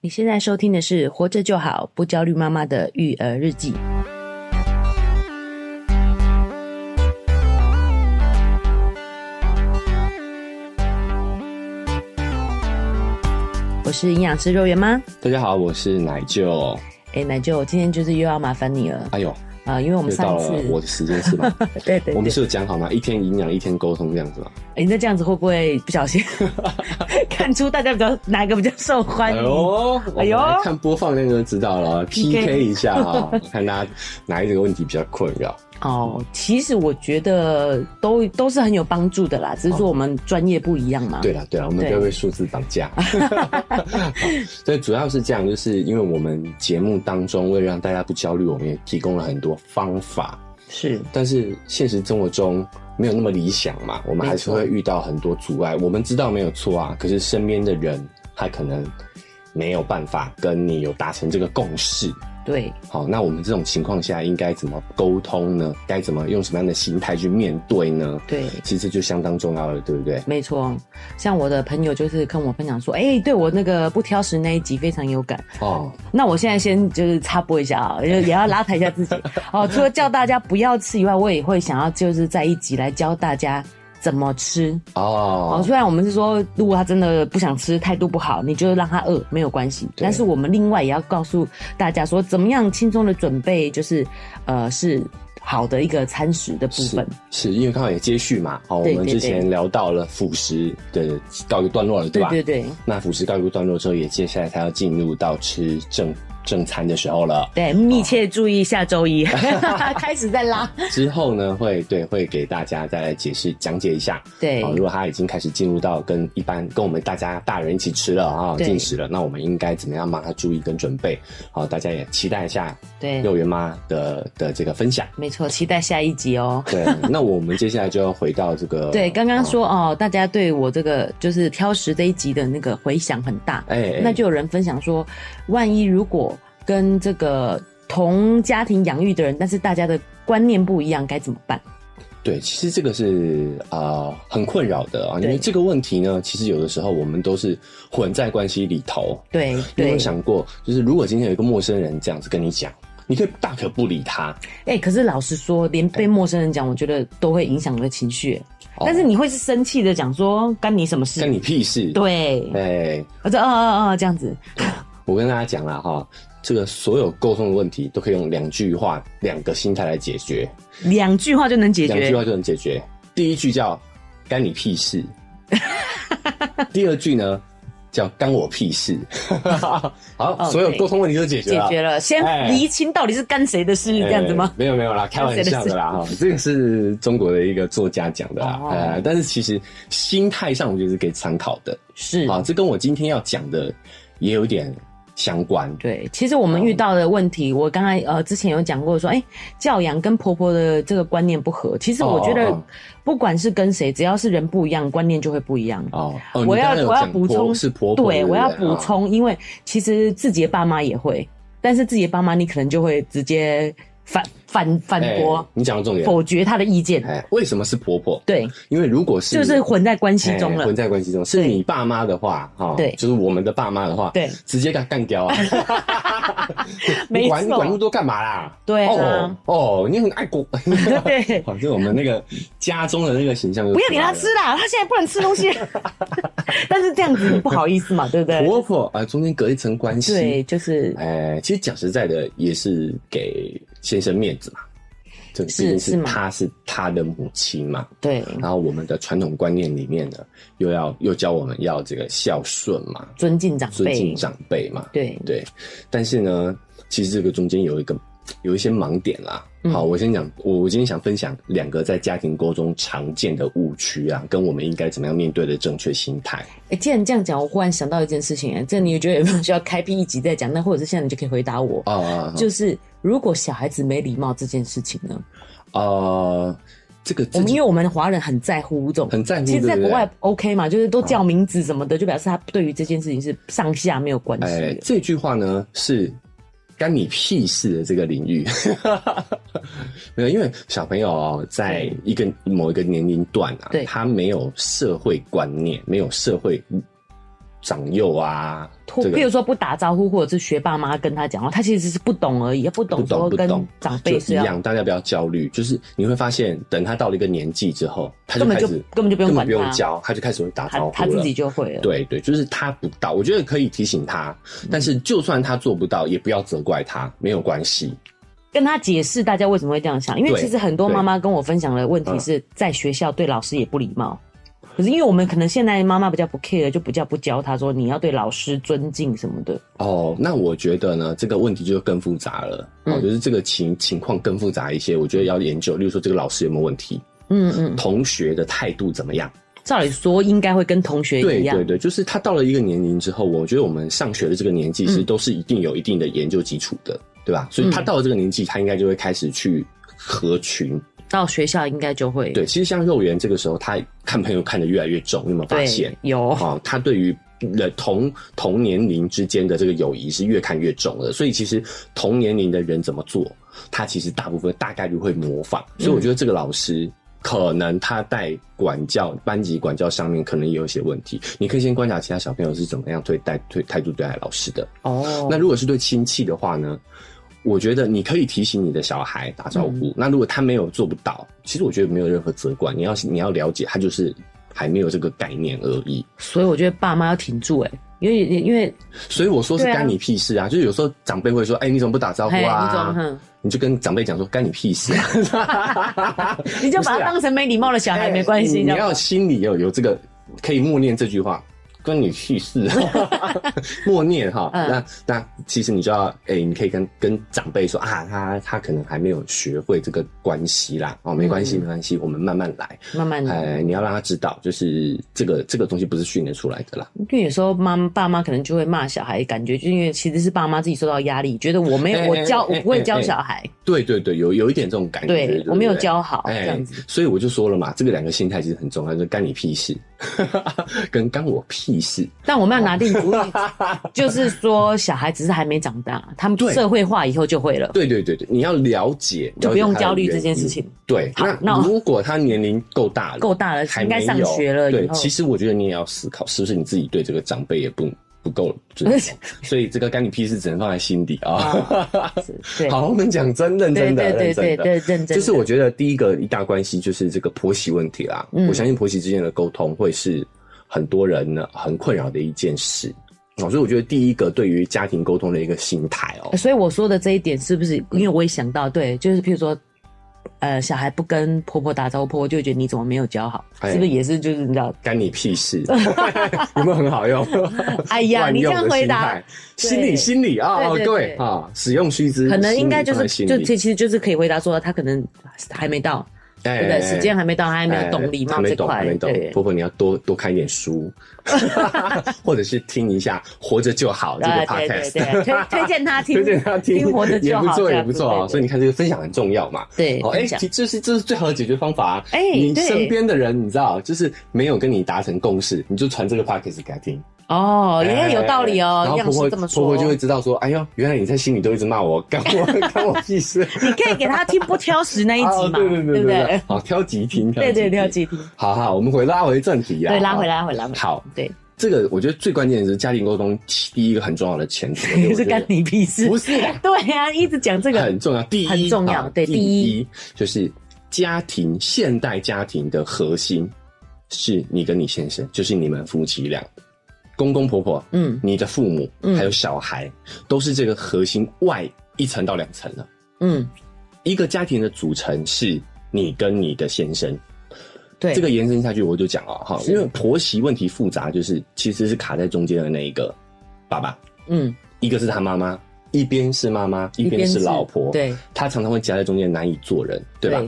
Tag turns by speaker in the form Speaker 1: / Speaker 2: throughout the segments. Speaker 1: 你现在收听的是《活着就好，不焦虑妈妈的育儿日记》。我是营养师肉圆妈。
Speaker 2: 大家好，我是奶舅。
Speaker 1: 哎，奶舅，我今天就是又要麻烦你了
Speaker 2: 哎呦，
Speaker 1: 啊、因为我们
Speaker 2: 又
Speaker 1: 上
Speaker 2: 到
Speaker 1: 次
Speaker 2: 了我的时间是 吧？
Speaker 1: 对对
Speaker 2: 我们
Speaker 1: 对，
Speaker 2: 是有讲好吗？一天营养，一天沟通这样子吗？
Speaker 1: 哎，那这样子会不会不小心 看出大家比较哪个比较受欢
Speaker 2: 哎
Speaker 1: 迎？
Speaker 2: 呦，我
Speaker 1: 哎
Speaker 2: 们
Speaker 1: 呦
Speaker 2: 来看播放量就知道了
Speaker 1: PK
Speaker 2: ，PK 一下 哈，看大家哪一个问题比较困扰。
Speaker 1: 哦，其实我觉得都都是很有帮助的啦，只是说我们专业不一样嘛。
Speaker 2: 对了对了，我们
Speaker 1: 对
Speaker 2: 不要被数字绑架。好 所以主要是这样，就是因为我们节目当中为了让大家不焦虑，我们也提供了很多方法，
Speaker 1: 是
Speaker 2: 但是现实生活中没有那么理想嘛，我们还是
Speaker 1: 没错
Speaker 2: 会遇到很多阻碍。我们知道没有错啊，可是身边的人他可能没有办法跟你有达成这个共识。
Speaker 1: 对，
Speaker 2: 好，那我们这种情况下应该怎么沟通呢？该怎么用什么样的心态去面对呢？
Speaker 1: 对
Speaker 2: 其实就相当重要了，对 不对？
Speaker 1: 没错。像我的朋友就是跟我分享说，哎、对我那个不挑食那一集非常有感。
Speaker 2: 哦，
Speaker 1: 那我现在先就是插播一下啊，也也要拉抬一下自己哦。除了叫大家不要吃以外，我也会想要就是在一集来教大家怎么吃。哦，
Speaker 2: 哦，
Speaker 1: 虽然我们是说，如果他真的不想吃，态度不好，你就让他饿没有关系。
Speaker 2: 对
Speaker 1: 但是我们另外也要告诉大家说，怎么样轻松的准备，就是呃是好的一个餐食的部分
Speaker 2: 是。是，因为刚好也接续嘛。哦，
Speaker 1: 对
Speaker 2: 我们
Speaker 1: 对
Speaker 2: 之
Speaker 1: 对
Speaker 2: 前聊到了辅食的告一个段落了，对
Speaker 1: 对
Speaker 2: 吧？哦
Speaker 1: 对对
Speaker 2: 那辅食告一个段落之后，也接下来才要进入到吃正正餐的时候了。
Speaker 1: 对，密切注意下周 一 开始再拉。
Speaker 2: 之后呢，会对会给大家再来解释讲解一下。
Speaker 1: 对
Speaker 2: 好，如果他已经开始进入到跟一般跟我们大家大人一起吃了啊，
Speaker 1: 对
Speaker 2: 进食了，那我们应该怎么样帮他注意跟准备？好，大家也期待一下
Speaker 1: 对，
Speaker 2: 幼儿园妈的的这个分享。
Speaker 1: 没错，期待下一集哦。
Speaker 2: 对，那我们接下来就要回到这个
Speaker 1: 对，刚刚，说哦，大家对我这个就是挑食这一集的那个回响很大。
Speaker 2: 哎、哎
Speaker 1: 那就有人分享说，万一如果跟这个同家庭养育的人，但是大家的观念不一样，该怎么办？
Speaker 2: 对，其实这个是啊、呃很困扰的啊，因
Speaker 1: 对
Speaker 2: 为这个问题呢，其实有的时候我们都是混在关系里头。
Speaker 1: 对
Speaker 2: 你有没
Speaker 1: 对
Speaker 2: 有，想过，就是如果今天有一个陌生人这样子跟你讲，你可以大可不理他，
Speaker 1: 哎、可是老实说，连被陌生人讲，我觉得都会影响我的情绪。
Speaker 2: 哦
Speaker 1: 但是你会是生气的讲说，干你什么事
Speaker 2: 干？你屁事。
Speaker 1: 对，
Speaker 2: 哎，
Speaker 1: 我说哦哦哦，这样子，
Speaker 2: 我跟大家讲啦哈，这个所有沟通的问题都可以用两句话、两个心态来解决，
Speaker 1: 两句话就能解
Speaker 2: 两句
Speaker 1: 决。
Speaker 2: 话就能解决。第一句叫“干你 屁事”，第二句呢叫“干我屁事”。 好，所有沟通问题都解
Speaker 1: 哦
Speaker 2: 决
Speaker 1: 解
Speaker 2: 了。
Speaker 1: 决了，先
Speaker 2: 哎
Speaker 1: 厘清到底是干谁的事，这样子吗
Speaker 2: 哎？没有没有啦，开玩笑的啦哈，这个是中国的一个作家讲的啦
Speaker 1: 哦，
Speaker 2: 呃，但是其实心态上我觉得是可以参考的，
Speaker 1: 是，
Speaker 2: 啊，这跟我今天要讲的也有点相关，
Speaker 1: 对，其实我
Speaker 2: 嗯
Speaker 1: 们遇到的问题，我刚才呃之前有讲过说，哎，教养跟婆婆的这个观念不合。其实我觉
Speaker 2: 哦
Speaker 1: 得
Speaker 2: 哦哦，
Speaker 1: 不管是跟谁，只要是人不一样，观念就会不一样。
Speaker 2: 哦哦，
Speaker 1: 我
Speaker 2: 你
Speaker 1: 要
Speaker 2: 刚刚有
Speaker 1: 我要
Speaker 2: 讲
Speaker 1: 补
Speaker 2: 婆
Speaker 1: 充
Speaker 2: 是婆婆，
Speaker 1: 对，
Speaker 2: 不
Speaker 1: 我要补，
Speaker 2: 啊
Speaker 1: 充，因为其实自己的爸妈也会，但是自己的爸妈你可能就会直接反反反
Speaker 2: 哎
Speaker 1: 驳、
Speaker 2: 你讲到重点，
Speaker 1: 否决他的意见。
Speaker 2: 哎，为什么是婆婆？
Speaker 1: 对，
Speaker 2: 因为如果是
Speaker 1: 就是混在关系中
Speaker 2: 哎
Speaker 1: 了。
Speaker 2: 混在关系中，是
Speaker 1: 对
Speaker 2: 你爸妈的话，哈，
Speaker 1: 对
Speaker 2: 就是我们的爸妈的话，
Speaker 1: 对
Speaker 2: 直接给他干掉啊，
Speaker 1: 没
Speaker 2: 你管你
Speaker 1: 错
Speaker 2: 管那么多干嘛啦？
Speaker 1: 对啊
Speaker 2: 哦哦，你很爱国，
Speaker 1: 对，
Speaker 2: 反正我们那个家中的那个形象就
Speaker 1: 不要给
Speaker 2: 出来
Speaker 1: 他
Speaker 2: 了
Speaker 1: 吃啦，他现在不能吃东 西。 但是这样子不好意思嘛，对不对？
Speaker 2: 婆婆啊，中间隔一层关系，
Speaker 1: 对，就是
Speaker 2: 哎，其实讲实在的，也是给先生面子嘛。这毕
Speaker 1: 是
Speaker 2: 竟
Speaker 1: 是
Speaker 2: 是
Speaker 1: 吗
Speaker 2: 他是他的母亲嘛，
Speaker 1: 对。
Speaker 2: 然后我们的传统观念里面呢，又要又教我们要这个孝顺嘛，
Speaker 1: 尊敬长辈，
Speaker 2: 尊敬长辈嘛，
Speaker 1: 对
Speaker 2: 对。但是呢，其实这个中间有一个有一些盲点啦。
Speaker 1: 嗯
Speaker 2: 好，我先讲，我我今天想分享两个在家庭沟中常见的误区啊，跟我们应该怎么样面对的正确心态。
Speaker 1: 哎、既然这样讲，我忽然想到一件事情、哎，这你觉得有没有需要开辟一集再讲？那或者是现在你就可以回答我，嗯
Speaker 2: 啊啊
Speaker 1: 就是如果小孩子没礼貌这件事情呢，
Speaker 2: 啊啊！这个
Speaker 1: 我
Speaker 2: 自
Speaker 1: 们因
Speaker 2: 己
Speaker 1: 为我们华人很在乎这种，
Speaker 2: 很在乎，
Speaker 1: 其实，在
Speaker 2: 对
Speaker 1: 国
Speaker 2: 不哦对
Speaker 1: 外 OK 嘛，就是都叫名字什么的，就表示他对于这件事情是上下没有关系
Speaker 2: 哎
Speaker 1: 的，。
Speaker 2: 这句话呢是干你屁事的这个领域，没有，因为小朋友哦在一个某一个年龄段啊
Speaker 1: 对，
Speaker 2: 他没有社会观念，没有社会长幼啊，
Speaker 1: 或
Speaker 2: 这
Speaker 1: 譬
Speaker 2: 个
Speaker 1: 如说不打招呼，或者是学爸妈跟他讲话，他其实是不懂而已，不
Speaker 2: 不
Speaker 1: 懂
Speaker 2: 懂
Speaker 1: 说
Speaker 2: 不
Speaker 1: 跟
Speaker 2: 懂
Speaker 1: 长
Speaker 2: 就
Speaker 1: 辈是
Speaker 2: 一
Speaker 1: 要
Speaker 2: 样，大家不要焦虑。就是你会发现，等他到了一个年纪之后，他就
Speaker 1: 根本
Speaker 2: 开
Speaker 1: 就
Speaker 2: 始
Speaker 1: 根本就不用
Speaker 2: 根
Speaker 1: 管
Speaker 2: 本不用
Speaker 1: 他
Speaker 2: 教，他就开始会打
Speaker 1: 他
Speaker 2: 招呼了。
Speaker 1: 他自己就会了。
Speaker 2: 对对，就是他不到，我觉得可以提醒他，
Speaker 1: 嗯
Speaker 2: 但是就算他做不到，也不要责怪他，没有关系。
Speaker 1: 跟他解释大家为什么会这样想，因为
Speaker 2: 对
Speaker 1: 其实很多
Speaker 2: 对嗯
Speaker 1: 妈妈跟我分享的问题是在学校对老师也不礼貌。可是因为我们可能现在妈妈比较不 care，就比较不教他说你要对老师尊敬什么的。
Speaker 2: 哦，那我觉得呢，这个问题就更复杂了。哦，
Speaker 1: 嗯
Speaker 2: 就是这个情情况更复杂一些，我觉得要研究，例如说这个老师有没有问题，
Speaker 1: 嗯嗯，
Speaker 2: 同学的态度怎么样？
Speaker 1: 照理说应该会跟同学
Speaker 2: 对
Speaker 1: 一样
Speaker 2: 对，对，就是他到了一个年龄之后，我觉得我们上学的这个年纪
Speaker 1: 嗯
Speaker 2: 是都是一定有一定的研究基础的，对吧？所以他到了这个年纪，他应该就会开始去合群。
Speaker 1: 到学校应该就会
Speaker 2: 对，其实像幼儿园这个时候，他看朋友看得越来越重，你有没有发现
Speaker 1: 对？有
Speaker 2: 哦，他对于呃同同年龄之间的这个友谊是越看越重的，所以其实同年龄的人怎么做，他其实大部分大概率会模仿，所以我觉得这个老师。可能他在管教班级管教上面可能也有一些问题，你可以先观察其他小朋友是怎么样对待对态度对待老师的。
Speaker 1: 哦
Speaker 2: 那如果是对亲戚的话呢，我觉得你可以提醒你的小孩打招呼。那如果他没有做不到，其实我觉得没有任何责怪，你要你要了解他就是还没有这个概念而已。
Speaker 1: 所以我觉得爸妈要挺住哎、因为因为
Speaker 2: 所以我说是
Speaker 1: 对啊
Speaker 2: 干你屁事啊！就是有时候长辈会说：“哎、你怎么不打招呼
Speaker 1: 嘿，你
Speaker 2: 啊
Speaker 1: 总？”哼，
Speaker 2: 你就跟长辈讲说：“干你屁事 啊！”
Speaker 1: 你就把
Speaker 2: 不是
Speaker 1: 他
Speaker 2: 啊
Speaker 1: 当成没礼貌的小孩、没关系，
Speaker 2: 哎你
Speaker 1: 这样
Speaker 2: 你要心里有有这个，可以默念这句话。关你屁事啊！ 默念哈，
Speaker 1: 嗯
Speaker 2: 那那其实你就要，哎、你可以跟跟长辈说啊，他他可能还没有学会这个关系啦，哦，没关系，
Speaker 1: 嗯
Speaker 2: 没关系，我们慢慢来。
Speaker 1: 慢慢
Speaker 2: 哎、
Speaker 1: 的。
Speaker 2: 你要让他知道，就是这个这个东西不是训练出来的啦。
Speaker 1: 因为有时候妈爸妈可能就会骂小孩，感觉就因为其实是爸妈自己受到压力，觉得我没有
Speaker 2: 哎
Speaker 1: 我
Speaker 2: 哎
Speaker 1: 教
Speaker 2: 哎
Speaker 1: 我不会
Speaker 2: 哎
Speaker 1: 教
Speaker 2: 哎
Speaker 1: 小孩，
Speaker 2: 对对对，有有一点这种感觉，对
Speaker 1: 对
Speaker 2: 不
Speaker 1: 我没有
Speaker 2: 对
Speaker 1: 教好这
Speaker 2: 哎，
Speaker 1: 样子。
Speaker 2: 所以我就说了嘛，这个两个心态其实很重要，就是干你屁事， 跟干我屁事。
Speaker 1: 但我们要拿定主意，就是说小孩只是还没长大，他们
Speaker 2: 对
Speaker 1: 社会化以后就会了。
Speaker 2: 对对对对，你要了解，
Speaker 1: 就不用
Speaker 2: 了解他
Speaker 1: 焦
Speaker 2: 的
Speaker 1: 虑
Speaker 2: 原
Speaker 1: 这件
Speaker 2: 因
Speaker 1: 事情。
Speaker 2: 对，
Speaker 1: 好那
Speaker 2: 那
Speaker 1: 我
Speaker 2: 如果他年龄够大了，
Speaker 1: 够大了，
Speaker 2: 还
Speaker 1: 应该
Speaker 2: 没
Speaker 1: 上
Speaker 2: 有
Speaker 1: 学了以
Speaker 2: 对，
Speaker 1: 后，
Speaker 2: 其实我觉得你也要思考，是不是你自己对这个长辈 也不不够尊重，所以这个干你屁事只能放在心底啊。
Speaker 1: 是对，
Speaker 2: 好，我们讲真认
Speaker 1: 对
Speaker 2: 真的，
Speaker 1: 对对
Speaker 2: 认真
Speaker 1: 对
Speaker 2: 的
Speaker 1: 对，认真。
Speaker 2: 就是我觉得第一个一大关系就是这个婆媳问题啦。
Speaker 1: 嗯
Speaker 2: 我相信婆媳之间的沟通会是很多人呢很困扰的一件事。哦，所以我觉得第一个对于家庭沟通的一个心态哦，
Speaker 1: 所以我说的这一点是不是？因为我也想到，对，就是譬如说，呃，小孩不跟婆婆打招呼，婆婆就会觉得你怎么没有教好，
Speaker 2: 哎
Speaker 1: 是不是也是就是你知道？
Speaker 2: 干你 屁事，有没有很好用？
Speaker 1: 哎呀，
Speaker 2: 万
Speaker 1: 你这
Speaker 2: 用
Speaker 1: 样
Speaker 2: 的
Speaker 1: 回
Speaker 2: 心
Speaker 1: 答
Speaker 2: 态，，心理心理啊，哦
Speaker 1: 对对
Speaker 2: 各位
Speaker 1: 对
Speaker 2: 啊，使用须知，
Speaker 1: 可能应该就
Speaker 2: 心理
Speaker 1: 是
Speaker 2: 放在
Speaker 1: 就
Speaker 2: 心里
Speaker 1: 其其实就是可以回答说，他可能还没到，
Speaker 2: 哎
Speaker 1: 对不对？时间还没到，他还没有
Speaker 2: 哎
Speaker 1: 懂礼貌
Speaker 2: 还没
Speaker 1: 这
Speaker 2: 懂，还
Speaker 1: 块
Speaker 2: 没，懂
Speaker 1: 对。
Speaker 2: 婆婆你要多多看一点书， 或者是听一下《活着就好》这
Speaker 1: 啊
Speaker 2: 个
Speaker 1: 对对对
Speaker 2: podcast，
Speaker 1: 推推荐他听
Speaker 2: 推荐他听，
Speaker 1: 听活着就好
Speaker 2: 也不错，
Speaker 1: 这
Speaker 2: 也
Speaker 1: 样
Speaker 2: 不
Speaker 1: 子
Speaker 2: 错
Speaker 1: 对
Speaker 2: 啊。
Speaker 1: 对
Speaker 2: 所以你看这个分享很重要嘛。
Speaker 1: 对，
Speaker 2: 哦，哎
Speaker 1: 分，享
Speaker 2: 其这是这是最好的解决方法啊。
Speaker 1: 哎
Speaker 2: 你
Speaker 1: 对
Speaker 2: 身边的人，你知道，就是没有跟你达成共识，你就传这个 podcast 给他听。
Speaker 1: 哦，也有道理
Speaker 2: 哎
Speaker 1: 哦
Speaker 2: 然。后
Speaker 1: 样
Speaker 2: 婆
Speaker 1: 式
Speaker 2: 婆
Speaker 1: 这么说，
Speaker 2: 婆婆就会知道说，哎呦，原来你在心里都一直骂我，干我 干我屁事。
Speaker 1: 你可以给他听不挑食那一集
Speaker 2: 哦
Speaker 1: 嘛，
Speaker 2: 对对
Speaker 1: 不
Speaker 2: 对
Speaker 1: 对？，
Speaker 2: 好，挑集听，
Speaker 1: 对对，挑
Speaker 2: 挑
Speaker 1: 集听，
Speaker 2: 好好，我们回拉回正题啊，
Speaker 1: 对，拉回
Speaker 2: 来。
Speaker 1: 来，回来，回来
Speaker 2: 好，
Speaker 1: 对，，
Speaker 2: 这个我觉得最关键的是家庭沟通，第一个很重要的前 提
Speaker 1: 是干你屁事
Speaker 2: 我觉得不？是啊
Speaker 1: 对呀，一直讲这个，
Speaker 2: 很重要，第一
Speaker 1: 很重要
Speaker 2: 啊
Speaker 1: 对
Speaker 2: 第
Speaker 1: 第
Speaker 2: 一就是家庭，现代家庭的核心是你跟你先生，就是你们夫妻俩，公公婆婆，
Speaker 1: 嗯
Speaker 2: 你的父母，
Speaker 1: 嗯
Speaker 2: 还有小孩，都是这个核心外一层到两层了。
Speaker 1: 嗯，
Speaker 2: 一个家庭的组成是你跟你的先生，
Speaker 1: 对，
Speaker 2: 这个延伸下去我就讲了哈，
Speaker 1: 是
Speaker 2: 因为婆媳问题复杂，就是其实是卡在中间的那一个爸爸，
Speaker 1: 嗯，
Speaker 2: 一个是他妈妈，一边是妈妈，一边是老婆，，
Speaker 1: 对
Speaker 2: 他常常会夹在中间难以做人，对吧？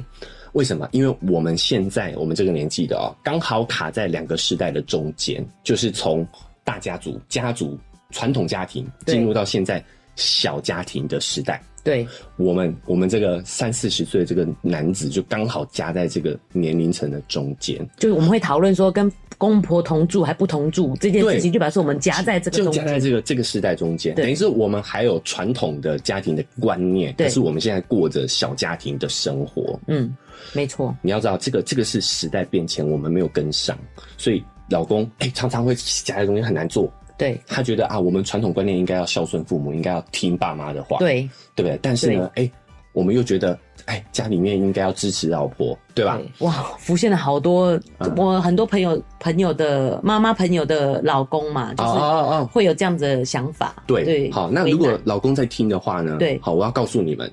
Speaker 2: 为什么？因为我们现在我们这个年纪的哦，刚好卡在两个世代的中间，就是从大家族、家族、传统家庭
Speaker 1: 对
Speaker 2: 进入到现在小家庭的时代。
Speaker 1: 对，
Speaker 2: 我们我们这个三四十岁的这个男子就刚好夹在这个年龄层的中间，
Speaker 1: 就是我们会讨论说跟公婆同住还不同住这件事
Speaker 2: 对
Speaker 1: 情，就表示我们夹在这个
Speaker 2: 就
Speaker 1: 中
Speaker 2: 夹
Speaker 1: 间，
Speaker 2: 在这个这个时代中间，
Speaker 1: 对
Speaker 2: 等于是我们还有传统的家庭的观念，
Speaker 1: 对
Speaker 2: 可是我们现在过着小家庭的生活。
Speaker 1: 嗯，没错，
Speaker 2: 你要知道，这个这个是时代变迁，我们没有跟上，所以老公哎、常常会夹在中间很难做。
Speaker 1: 对
Speaker 2: 他觉得啊，我们传统观念应该要孝顺父母，应该要听爸妈的话，
Speaker 1: 对
Speaker 2: 对不对？但是呢，哎、我们又觉得，哎，家里面应该要支持老婆，对吧？
Speaker 1: 对哇，浮现了好多、
Speaker 2: 嗯
Speaker 1: 我很多朋友朋友的妈妈朋友的老公嘛，就
Speaker 2: 哦
Speaker 1: 是
Speaker 2: 哦哦，
Speaker 1: 会有这样子的想法。
Speaker 2: 对
Speaker 1: 对，
Speaker 2: 好，那
Speaker 1: 为
Speaker 2: 如果
Speaker 1: 难
Speaker 2: 老公在听的话呢？
Speaker 1: 对
Speaker 2: 好，我要告诉你们，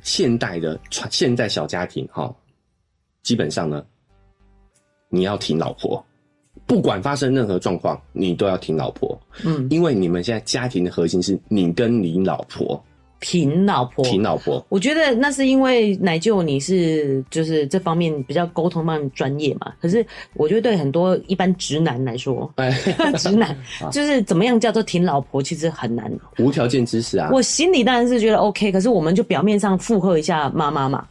Speaker 2: 现代的传现代小家庭哈，基本上呢，你要听老婆，不管发生任何状况，你都要听老婆，
Speaker 1: 嗯，
Speaker 2: 因为你们现在家庭的核心是你跟你老婆，
Speaker 1: 哦挺老婆，
Speaker 2: 听老婆。，
Speaker 1: 我觉得那是因为奶舅你是就是这方面比较沟通方面专业嘛，可是我觉得对很多一般直男来说
Speaker 2: 哎， 啊
Speaker 1: 直 男就是怎么样叫做挺老婆，其实很难。
Speaker 2: 无条件支持啊！
Speaker 1: 我心里当然是觉得 OK，可是我们就表面上附和一下妈妈嘛，，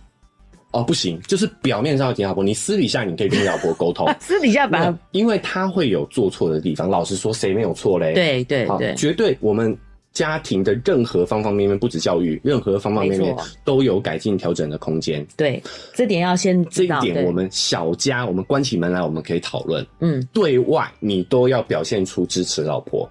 Speaker 2: 哦，不行，就是表面上要听老婆，你私底下你可以跟你老婆沟通
Speaker 1: 私底下反而
Speaker 2: 那因为他会有做错的地方。老实说，谁没有错嘞？
Speaker 1: 对对
Speaker 2: 好，
Speaker 1: 对，
Speaker 2: 绝对我们家庭的任何方方面面，不止教育，任何方方面
Speaker 1: 没
Speaker 2: 面
Speaker 1: 错
Speaker 2: 都有改进调整的空间。
Speaker 1: 对，这点要先
Speaker 2: 这
Speaker 1: 知
Speaker 2: 一
Speaker 1: 道。
Speaker 2: 点，
Speaker 1: 对
Speaker 2: 我们小家，我们关起门来，我们可以讨论。
Speaker 1: 嗯
Speaker 2: 对外，你都要表现出支持老婆，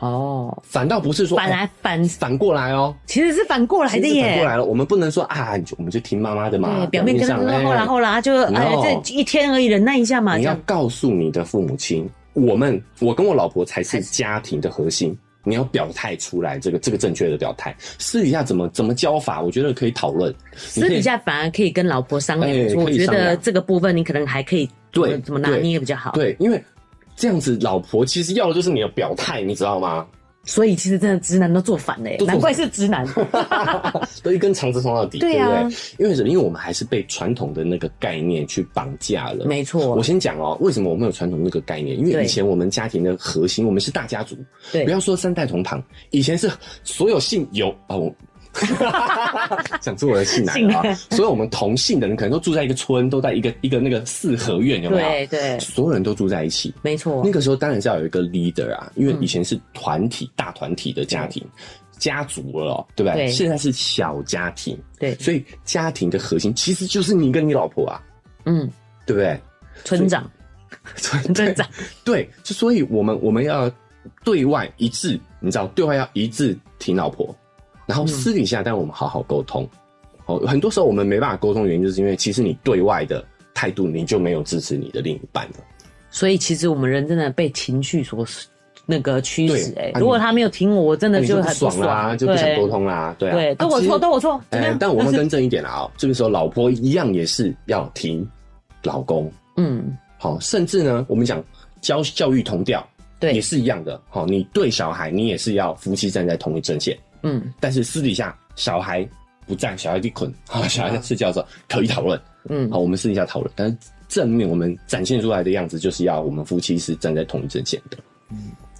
Speaker 1: 哦，
Speaker 2: 反倒不是说
Speaker 1: 反来
Speaker 2: 哦
Speaker 1: 反
Speaker 2: 反过来哦，
Speaker 1: 其实是反过来的
Speaker 2: 其实反过
Speaker 1: 耶。
Speaker 2: 来了。我们不能说啊，你就我们就听妈妈的嘛
Speaker 1: 对，，表面跟他
Speaker 2: 上
Speaker 1: 说
Speaker 2: 哎
Speaker 1: 后啦后啦，就哎
Speaker 2: No
Speaker 1: 这一天而已，忍耐一下嘛，这
Speaker 2: 你要
Speaker 1: 样
Speaker 2: 告诉你的父母亲，我们我跟我老婆才是
Speaker 1: 才是
Speaker 2: 家庭的核心。你要表态出来，这个这个正确的表态，私底下怎么怎么教法，我觉得可以讨论。你
Speaker 1: 私
Speaker 2: 可以
Speaker 1: 底下反而可以跟老婆商量，
Speaker 2: 哎
Speaker 1: 说我
Speaker 2: 可以
Speaker 1: 觉
Speaker 2: 商
Speaker 1: 得
Speaker 2: 量
Speaker 1: 这个部分你可能还可以
Speaker 2: 对
Speaker 1: 怎么怎么拿
Speaker 2: 对
Speaker 1: 捏比较好。
Speaker 2: 对，因为这样子，老婆其实要的就是你的表态，你知道吗？
Speaker 1: 所以其实真的直男都做反了耶，
Speaker 2: 都做反
Speaker 1: 难怪是直 男。
Speaker 2: 都一根肠子通到底，
Speaker 1: 对
Speaker 2: 对,、
Speaker 1: 啊
Speaker 2: 不对？因为什么？因为我们还是被传统的那个概念去绑架了。
Speaker 1: 没错
Speaker 2: 我，先讲哦，为什么我们有传统那个概念？因
Speaker 1: 对
Speaker 2: 为以前我们家庭的核心，我们是大家族，
Speaker 1: 对
Speaker 2: 不要说三代同堂，以前是所有姓有啊我。 讲出我的姓来了啊！所有我们同姓的人可能都住在一个村，都在一个一个那个四合院，有没有？
Speaker 1: 对对，
Speaker 2: 所有人都住在一起，
Speaker 1: 没错
Speaker 2: 那，个时候当然是要有一个 leader 啊，因为以前是团体、大团体的家庭、家族了哦，对不对？
Speaker 1: 对
Speaker 2: 现在是小家庭，
Speaker 1: 对，
Speaker 2: 所以家庭的核心其实就是你跟你老婆啊，
Speaker 1: 嗯，
Speaker 2: 对不对？
Speaker 1: 村长，村长，
Speaker 2: 对，就所以我们我们要对外一致，你知道，对外要一致挺老婆，
Speaker 1: 嗯
Speaker 2: 然后私底下，但我们好好沟通。哦，很多时候我们没办法沟通，原因就是因为其实你对外的态度，你就没有支持你的另一半了。
Speaker 1: 所以其实我们人真的被情绪所那个驱使。
Speaker 2: 对
Speaker 1: 哎，
Speaker 2: 啊
Speaker 1: 如果他没有听我，我真
Speaker 2: 那
Speaker 1: 的
Speaker 2: 你就
Speaker 1: 很
Speaker 2: 不爽啦，就不想沟。通啦，对
Speaker 1: 对
Speaker 2: 啊。
Speaker 1: 对，
Speaker 2: 啊
Speaker 1: 都我
Speaker 2: 其实
Speaker 1: 错，都我错，怎么
Speaker 2: 哎
Speaker 1: 样，？
Speaker 2: 但我们更正一点啦啊、这个时候老婆一样也是要听老公，
Speaker 1: 嗯，
Speaker 2: 好、甚至呢，我们讲教教育同调也
Speaker 1: 对，
Speaker 2: 是一样的，好、你对小孩你也是要夫妻站在同一阵线，
Speaker 1: 嗯
Speaker 2: 但是私底下小孩不在，小孩被捆， 啊，小孩在睡觉的时候可以讨论，
Speaker 1: 嗯
Speaker 2: 好，，我们私底下讨论，但是正面我们展现出来的样子就是要我们夫妻是站在同一阵线的，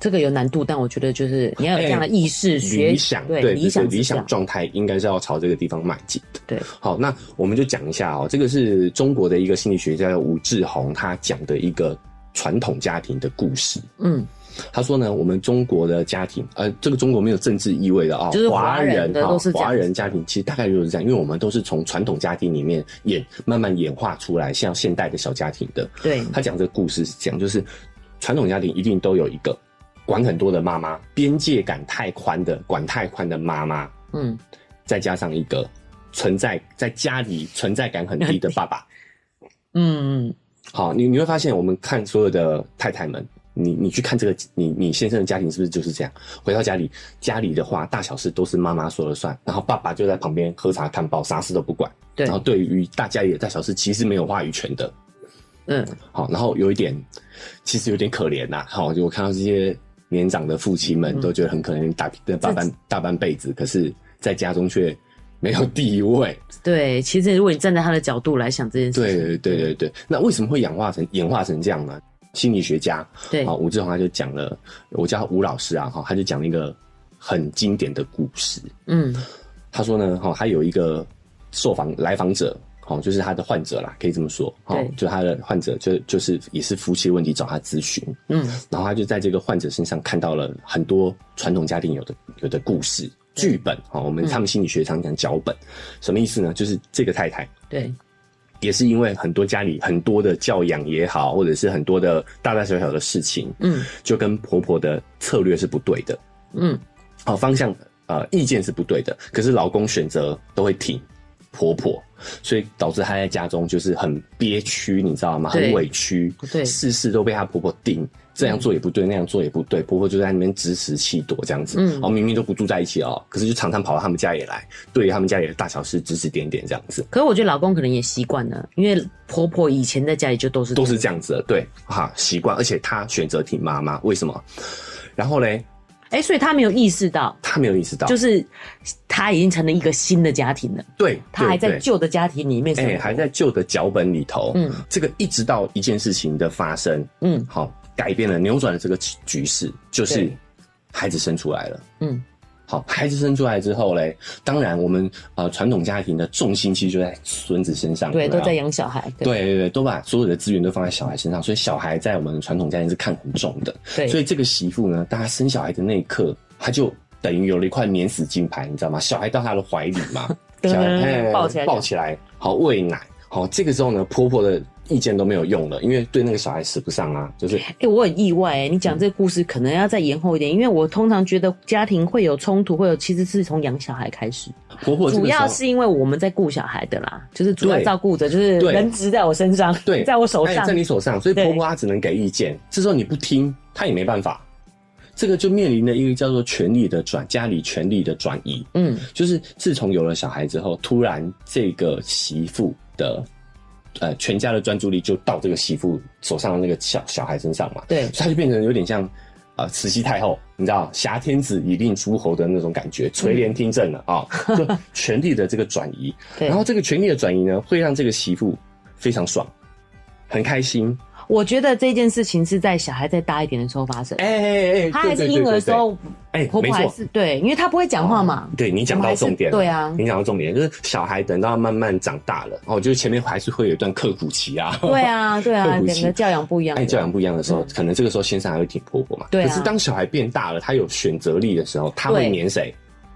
Speaker 1: 这个有难度，但我觉得就是你要有这样的意识，学
Speaker 2: 哎理想
Speaker 1: 对
Speaker 2: 理
Speaker 1: 理想
Speaker 2: 想
Speaker 1: 是
Speaker 2: 理
Speaker 1: 这样
Speaker 2: 想状态应该是要朝这个地方迈进的。
Speaker 1: 对，
Speaker 2: 好，那我们就讲一下哦，这个是中国的一个心理学家吴志宏他讲的一个传统家庭的故事。
Speaker 1: 嗯，
Speaker 2: 他说呢，我们中国的家庭，呃，这个中国没有政治意味的啊、
Speaker 1: 就是华
Speaker 2: 华
Speaker 1: 人的
Speaker 2: 啊
Speaker 1: 都是这样
Speaker 2: 华人家庭，其实大概就是这样，因为我们都是从传统家庭里面演慢慢演化出来，像现代的小家庭的。
Speaker 1: 对，
Speaker 2: 他讲这个故事是讲，就是传统家庭一定都有一个管很多的妈妈，边界感太宽的管太宽的妈妈，
Speaker 1: 嗯，
Speaker 2: 再加上一个存在在家里存在感很低的爸爸。
Speaker 1: 嗯，嗯
Speaker 2: 好，你你会发现，我们看所有的太太们，你你去看这个，你你先生的家庭是不是就是这样？回到家里，家里的话，大小事都是妈妈说了算，然后爸爸就在旁边喝茶看报，啥事都不管。
Speaker 1: 对
Speaker 2: 然，后对于大家里的大小事，其实没有话语权的。
Speaker 1: 嗯，
Speaker 2: 好，然后有一点，其实有点可怜呐、好，就我看到这些年长的父亲们
Speaker 1: 嗯
Speaker 2: 都觉得很可怜，打大半大半辈子，可是在家中却没有地位。
Speaker 1: 对，其实如果你站在他的角度来想这件事
Speaker 2: 对
Speaker 1: 情，
Speaker 2: 对对对对，那为什么会演化成演化成这样呢？心理学家
Speaker 1: 对
Speaker 2: 啊，吴志宏他就讲了，我叫吴老师啊，哈，他就讲了一个很经典的故事。
Speaker 1: 嗯
Speaker 2: 他说呢，哈、他有一个受访来访者，哦，就是他的患者啦，可以这么说，哦
Speaker 1: 对，
Speaker 2: 就他的患者就就是也是夫妻问题找他咨询，
Speaker 1: 嗯，
Speaker 2: 然后他就在这个患者身上看到了很多传统家庭有的有的故事
Speaker 1: 对
Speaker 2: 剧本，哦，我们他们心理学常讲脚本，什么意思呢？就是这个太太
Speaker 1: 对，
Speaker 2: 也是因为很多家里很多的教养也好，或者是很多的大大小小的事情，
Speaker 1: 嗯
Speaker 2: 就跟婆婆的策略是不对的，
Speaker 1: 嗯，
Speaker 2: 好、方向呃意见是不对的，可是老公选择都会挺婆婆，所以导致她在家中就是很憋屈，你知道吗？
Speaker 1: 对
Speaker 2: 很委屈，
Speaker 1: 对
Speaker 2: 事事都被她婆婆定。这样做也不对，那样做也不对，婆婆就在那边指使气躲这样子，
Speaker 1: 嗯
Speaker 2: 哦，明明都不住在一起哦，可是就常常跑到他们家里来，对于他们家里的大小事指指点点这样子。
Speaker 1: 可是我觉得老公可能也习惯了，因为婆婆以前在家里就都是
Speaker 2: 都是这样子的，对，哈，习惯，而且他选择挺妈妈，为什么？然后嘞，
Speaker 1: 哎、所以她没有意识到，
Speaker 2: 他没有意识到，
Speaker 1: 就是她已经成了一个新的家庭了，
Speaker 2: 对，
Speaker 1: 她还在
Speaker 2: 对对
Speaker 1: 旧的家庭里面生
Speaker 2: 哎、
Speaker 1: 活，
Speaker 2: 还在旧的脚本里头，
Speaker 1: 嗯
Speaker 2: 嗯，这个一直到一件事情的发生，
Speaker 1: 嗯
Speaker 2: 好，改变了扭转了这个局势，就是
Speaker 1: 对
Speaker 2: 孩子生出来了。
Speaker 1: 嗯
Speaker 2: 好，孩子生出来之后嘞，当然我们呃传统家庭的重心其实就在孙子身上，
Speaker 1: 对，
Speaker 2: 有没
Speaker 1: 都
Speaker 2: 有
Speaker 1: 在养小孩，对
Speaker 2: 对对对，都把所有的资源都放在小孩身上，所以小孩在我们传统家庭是看很重的。
Speaker 1: 对，
Speaker 2: 所以这个媳妇呢，当她生小孩的那一刻，她就等于有了一块免死金牌，你知道吗？小孩到她的怀里 嘛，
Speaker 1: 噔
Speaker 2: 小孩哎
Speaker 1: 抱起来
Speaker 2: 抱起来，好喂奶，好，这个时候呢，婆婆的意见都没有用了，因为对那个小孩使不上啊，就是
Speaker 1: 哎、我很意外、欸，你
Speaker 2: 嗯
Speaker 1: 讲这个故事可能要再延后一点，因为我通常觉得家庭会有冲突，会有其实是从养小孩开始，
Speaker 2: 婆婆这
Speaker 1: 主
Speaker 2: 个时
Speaker 1: 要
Speaker 2: 候
Speaker 1: 是因为我们在顾小孩的啦，就是主要照顾着，就是
Speaker 2: 对
Speaker 1: 人质在我身上，
Speaker 2: 对
Speaker 1: 在我手
Speaker 2: 哎
Speaker 1: 上
Speaker 2: 在，你手上，所以
Speaker 1: 对
Speaker 2: 婆婆她只能给意见，这时候你不听，她也没办法。这个就面临了一个叫做权力的转，家里权力的转移。
Speaker 1: 嗯，
Speaker 2: 就是自从有了小孩之后，突然这个媳妇的呃全家的专注力就到这个媳妇手上的那个小小孩身上嘛，
Speaker 1: 对
Speaker 2: 所以她就变成有点像呃慈禧太后，你知道挟天子以令诸侯的那种感觉，垂帘听政了啊、就权力的这个转 移，
Speaker 1: 对
Speaker 2: 然。后这个权力的转移呢，会让这个媳妇非常爽，很开心，
Speaker 1: 我觉得这件事情是在小孩再大一点的时候发生，
Speaker 2: 哎哎哎，
Speaker 1: 他还是婴儿的时候，
Speaker 2: 对，对对对哎，
Speaker 1: 婆
Speaker 2: 没
Speaker 1: 婆还
Speaker 2: 错。
Speaker 1: 是对，因为他不会讲话嘛，
Speaker 2: 对你讲到重点了，
Speaker 1: 我们还是对啊
Speaker 2: 你讲到重点，就是小孩等到慢慢长大了，哦，就是前面还是会有一段刻苦期啊，
Speaker 1: 对。啊， 对啊，
Speaker 2: 会不
Speaker 1: 两个
Speaker 2: 信
Speaker 1: 教养不一样
Speaker 2: 爱
Speaker 1: 的，
Speaker 2: 教养不一样的时候，可能这个时候先生还会挺婆婆嘛。
Speaker 1: 对啊
Speaker 2: 可是当小孩变大了，他有选择力的时候，他会
Speaker 1: 对
Speaker 2: 黏谁？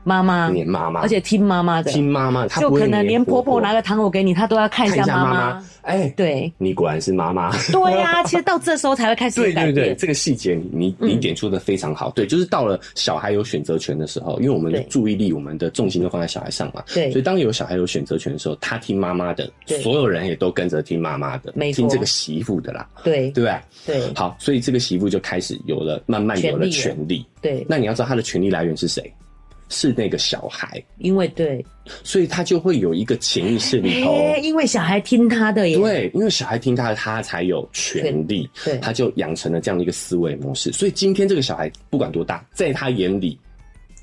Speaker 1: 妈妈，
Speaker 2: 黏妈妈，
Speaker 1: 而且听妈妈的，
Speaker 2: 听妈妈，他
Speaker 1: 就
Speaker 2: 不会
Speaker 1: 可能连
Speaker 2: 黏
Speaker 1: 婆
Speaker 2: 婆
Speaker 1: 婆拿个糖果给你，她都要看一
Speaker 2: 看一
Speaker 1: 下
Speaker 2: 下
Speaker 1: 妈
Speaker 2: 妈
Speaker 1: 妈。，
Speaker 2: 哎，
Speaker 1: 对，
Speaker 2: 你果然是妈 妈。
Speaker 1: 对呀、其实到这时候才会开始
Speaker 2: 对
Speaker 1: 有改
Speaker 2: 对
Speaker 1: 变。嗯
Speaker 2: 对，这个细节你你你点出的非常好。对，就是到了小孩有选择权的时候，因为我们的
Speaker 1: 对
Speaker 2: 注意力、我们的重心都放在小孩上嘛，
Speaker 1: 对
Speaker 2: 所以当有小孩有选择权的时候，他听妈妈的，
Speaker 1: 对
Speaker 2: 所有人也都跟着听妈妈的，
Speaker 1: 没错
Speaker 2: 听这个媳妇的啦，
Speaker 1: 对
Speaker 2: 对不对？
Speaker 1: 对
Speaker 2: 好，所以这个媳妇就开始有了，慢慢有了
Speaker 1: 权
Speaker 2: 权
Speaker 1: 利
Speaker 2: 利。
Speaker 1: 对，
Speaker 2: 那你要知道她的权利来源是谁？是那个小孩，
Speaker 1: 因为对，
Speaker 2: 所以她就会有一个潜意识里头。
Speaker 1: 哎，因为小孩听他的耶，
Speaker 2: 对，因为小孩听他的，他才有权利，
Speaker 1: 对
Speaker 2: 他就养成了这样的一个思维模式。所以今天这个小孩不管多大，在他眼里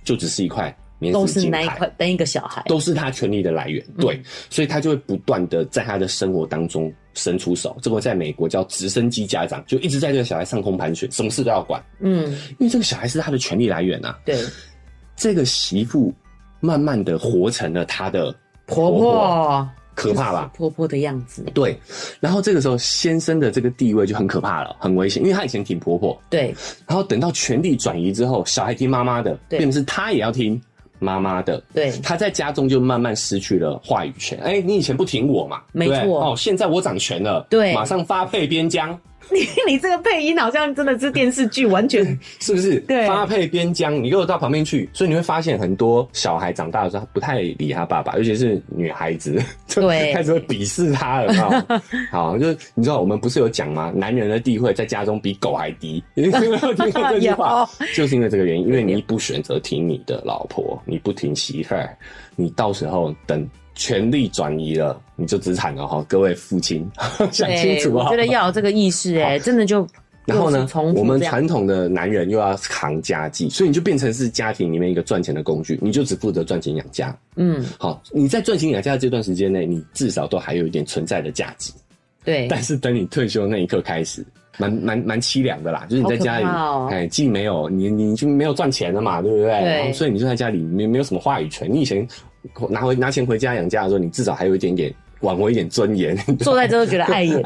Speaker 2: 就只是一块免
Speaker 1: 都
Speaker 2: 死
Speaker 1: 是
Speaker 2: 金
Speaker 1: 那一
Speaker 2: 牌，
Speaker 1: 块单一个小孩。
Speaker 2: 都是他权利的来源。
Speaker 1: 嗯
Speaker 2: 对，所以他就会不断的在他的生活当中伸出手。这个在美国叫直升机家长，就一直在这个小孩上空盘旋，什么事都要管，
Speaker 1: 嗯，
Speaker 2: 因为这个小孩是他的权利来源啊。
Speaker 1: 对，
Speaker 2: 这个媳妇慢慢的活成了他的
Speaker 1: 婆婆
Speaker 2: 可怕吧？
Speaker 1: 婆婆的样子，
Speaker 2: 对，然后这个时候先生的这个地位就很可怕了，很危险，因为他以前挺婆婆，
Speaker 1: 对
Speaker 2: 然后等到权力转移之后，小孩听妈妈的，
Speaker 1: 对
Speaker 2: 变成是他也要听妈妈的，
Speaker 1: 对
Speaker 2: 他在家中就慢慢失去了话语权。哎，你以前不挺我嘛，
Speaker 1: 没
Speaker 2: 对不对
Speaker 1: 错
Speaker 2: 哦，现在我掌权了，
Speaker 1: 对
Speaker 2: 马上发配边疆，
Speaker 1: 你你这个配音好像真的是电视剧，完 全
Speaker 2: 是不是？
Speaker 1: 对
Speaker 2: 发配边疆，你给我到旁边去。所以你会发现很多小孩长大的时候，他不太理他爸爸，尤其是女孩子， 就
Speaker 1: 对
Speaker 2: 开始会鄙视他了。有没有好，就是你知道我们不是有讲吗？男人的地位在家中比狗还低， 你有没有听过这 句话？就是因为这个原因，因为你不选择听你的老婆，你不听媳妇儿，你到时候等。权力转移了，你就资产了哈，各位父亲， 想清
Speaker 1: 对，
Speaker 2: 楚
Speaker 1: 哎我
Speaker 2: 啊！
Speaker 1: 觉得要有这个意识，哎，真的就
Speaker 2: 然后
Speaker 1: 又
Speaker 2: 呢
Speaker 1: 是重，复
Speaker 2: 我们
Speaker 1: 这样
Speaker 2: 传统的男人又要扛家计，所以你就变成是家庭里面一个赚钱的工具，你就只负责赚钱养家。
Speaker 1: 嗯，
Speaker 2: 好，你在赚钱养家的这段时间内，你至少都还有一点存在的价值。
Speaker 1: 对
Speaker 2: 但是等你退休那一刻开始，蛮蛮蛮凄凉的啦，就是你在家里，
Speaker 1: 好可怕哦
Speaker 2: 哎，既没有你你就没有赚钱了嘛，对不对？
Speaker 1: 对
Speaker 2: 然后所以你就在家里没没有什么话语权。你以前拿回拿钱回家养家的时候，你至少还有一点点挽回一点尊 严。
Speaker 1: 坐在这都觉得碍眼。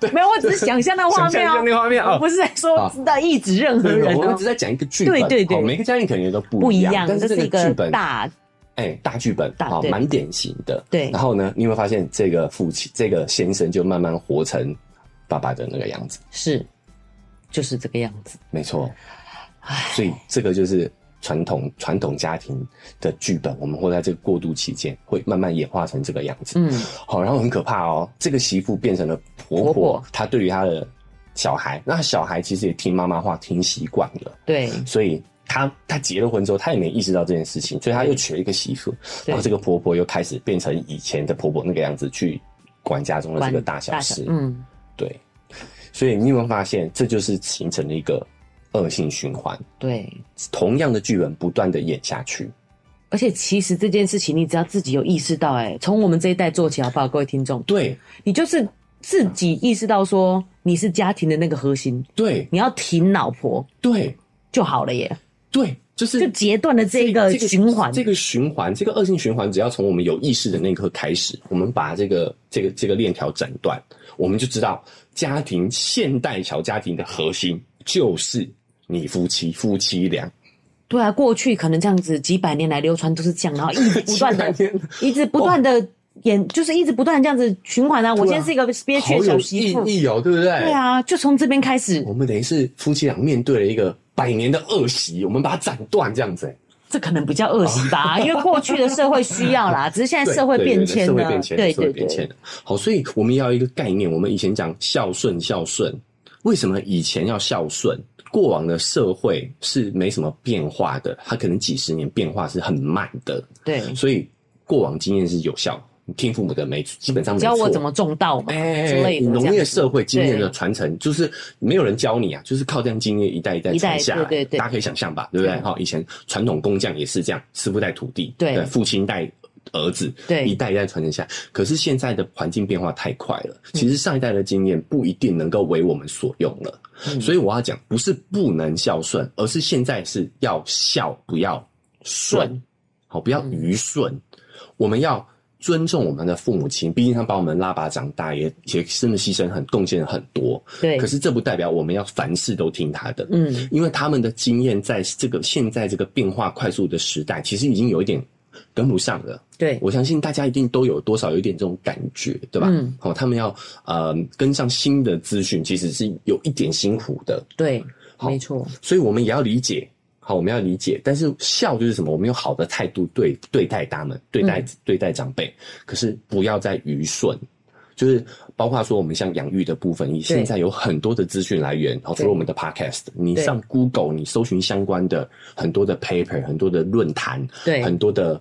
Speaker 2: 对，
Speaker 1: 没有，我只是想象那画
Speaker 2: 想象
Speaker 1: 面
Speaker 2: 一下
Speaker 1: 哦
Speaker 2: 那，个画面
Speaker 1: 我
Speaker 2: 哦。
Speaker 1: 不是在说
Speaker 2: 啊
Speaker 1: 在意指 任何
Speaker 2: 对
Speaker 1: 人
Speaker 2: 我
Speaker 1: 哦
Speaker 2: 们只。在讲一个剧本，
Speaker 1: 对对对
Speaker 2: 哦每个家庭可能也都
Speaker 1: 不
Speaker 2: 不
Speaker 1: 一
Speaker 2: 一
Speaker 1: 样，
Speaker 2: 但
Speaker 1: 这
Speaker 2: 是
Speaker 1: 是
Speaker 2: 这
Speaker 1: 一
Speaker 2: 个剧
Speaker 1: 个
Speaker 2: 本
Speaker 1: 大
Speaker 2: 哎、大剧本
Speaker 1: 大
Speaker 2: 啊，
Speaker 1: 对
Speaker 2: 蛮典型的。
Speaker 1: 对
Speaker 2: 然后呢，你有没有发现这个父亲这个先生就慢慢活成爸爸的那个样子？
Speaker 1: 是，就是这个样子。
Speaker 2: 没错，所以这个就是传统传统家庭的剧本，我们会在这个过渡期间会慢慢演化成这个样子。
Speaker 1: 嗯，
Speaker 2: 好，然后很可怕哦，这个媳妇变成了婆
Speaker 1: 婆
Speaker 2: 婆，
Speaker 1: 婆
Speaker 2: 她对于她的小孩，那小孩其实也听妈妈话听习惯了，
Speaker 1: 对
Speaker 2: 所以她她结了婚之后，她也没意识到这件事情，所以她又娶了一个媳妇，然
Speaker 1: 对
Speaker 2: 后，这个婆婆又开始变成以前的婆婆那个样子去管家中的这个大小事，
Speaker 1: 嗯，
Speaker 2: 对，所以你有没有发现，这就是形成了一个恶性循环，
Speaker 1: 对。
Speaker 2: 同样的剧本不断的演下去，
Speaker 1: 而且其实这件事情，你只要自己有意识到、哎，从我们这一代做起，好不好，各位听众？
Speaker 2: 对
Speaker 1: 你就是自己意识到说你是家庭的那个核心，
Speaker 2: 对
Speaker 1: 你要挺老婆
Speaker 2: 对
Speaker 1: 就好了耶，
Speaker 2: 对，就是
Speaker 1: 就截断了这个循环。
Speaker 2: 这个循环，这个恶性循环，只要从我们有意识的那一刻开始，我们把这个这个这个链条斩断，我们就知道家庭现代小家庭的核心就是你夫妻夫妻俩，
Speaker 1: 对啊，过去可能这样子几百年来流传都是这样，然后一直不断的
Speaker 2: 几百年了，
Speaker 1: 一直不断
Speaker 2: 哦
Speaker 1: 的演，就是一直不断地这样子循环啊。我现在是一个憋
Speaker 2: 好
Speaker 1: 屈的
Speaker 2: 有
Speaker 1: 小媳
Speaker 2: 意
Speaker 1: 妇，
Speaker 2: 义哦，对不对？
Speaker 1: 对啊，就从这边开始，
Speaker 2: 我们等于是夫妻俩面对了一个百年的恶习，我们把它斩断，这样子、欸。
Speaker 1: 这可能比较恶习 吧，因为过去的社会需要啦，只是现在
Speaker 2: 对
Speaker 1: 社会
Speaker 2: 对对
Speaker 1: 变
Speaker 2: 对
Speaker 1: 迁
Speaker 2: 社会
Speaker 1: 了
Speaker 2: 变，迁，
Speaker 1: 对
Speaker 2: 社会
Speaker 1: 对
Speaker 2: 变迁
Speaker 1: 对，
Speaker 2: 了。好，所以我们要有一个概念，我们以前讲孝顺，孝顺，为什么以前要孝顺？过往的社会是没什么变化的，它可能几十年变化是很慢的，
Speaker 1: 对，
Speaker 2: 所以过往经验是有效，你听父母的没基本上没错。
Speaker 1: 教我怎么种稻嘛
Speaker 2: 哎
Speaker 1: 之类的，
Speaker 2: 农
Speaker 1: 这
Speaker 2: 业
Speaker 1: 样子
Speaker 2: 社会经验的
Speaker 1: 对
Speaker 2: 传承，就是没有人教你啊，就是靠这样经验一代一代
Speaker 1: 一代
Speaker 2: 传下来。
Speaker 1: 对对对
Speaker 2: 大家可以想象吧，对不对？
Speaker 1: 嗯
Speaker 2: 好，以前传统工匠也是这样，师傅带徒弟，
Speaker 1: 对
Speaker 2: 父亲带。儿子
Speaker 1: 对
Speaker 2: 一代一代传承下来，可是现在的环境变化太快了，
Speaker 1: 嗯
Speaker 2: 其实上一代的经验不一定能够为我们所用了。
Speaker 1: 嗯
Speaker 2: 所以我要讲，不是不能孝顺，而是现在是要孝，不要顺
Speaker 1: 顺，嗯
Speaker 2: 好，不要愚顺。我们要尊重我们的父母亲，毕竟他把我们拉拔长大，也也真的牺牲很贡献了很多。
Speaker 1: 对，
Speaker 2: 可是这不代表我们要凡事都听他的，
Speaker 1: 嗯，
Speaker 2: 因为他们的经验在这个现在这个变化快速的时代，其实已经有一点跟不上了。
Speaker 1: 对，
Speaker 2: 我相信大家一定都有多少有一点这种感觉，对吧？
Speaker 1: 嗯
Speaker 2: 好、他们要呃跟上新的资讯，其实是有一点辛苦的，
Speaker 1: 对，
Speaker 2: 好
Speaker 1: 没错，
Speaker 2: 所以我们也要理解。好，我们要理解，但是孝就是什么？我们用好的态度对对待他们，对
Speaker 1: 嗯
Speaker 2: 待、对待长辈，可是不要再愚顺。就是包括说我们像养育的部分，你现在有很多的资讯来源，好，除了我们的 podcast，你
Speaker 1: 对
Speaker 2: 上 Google，你搜寻相关的很多的 paper，很多的论坛，
Speaker 1: 对
Speaker 2: 很多的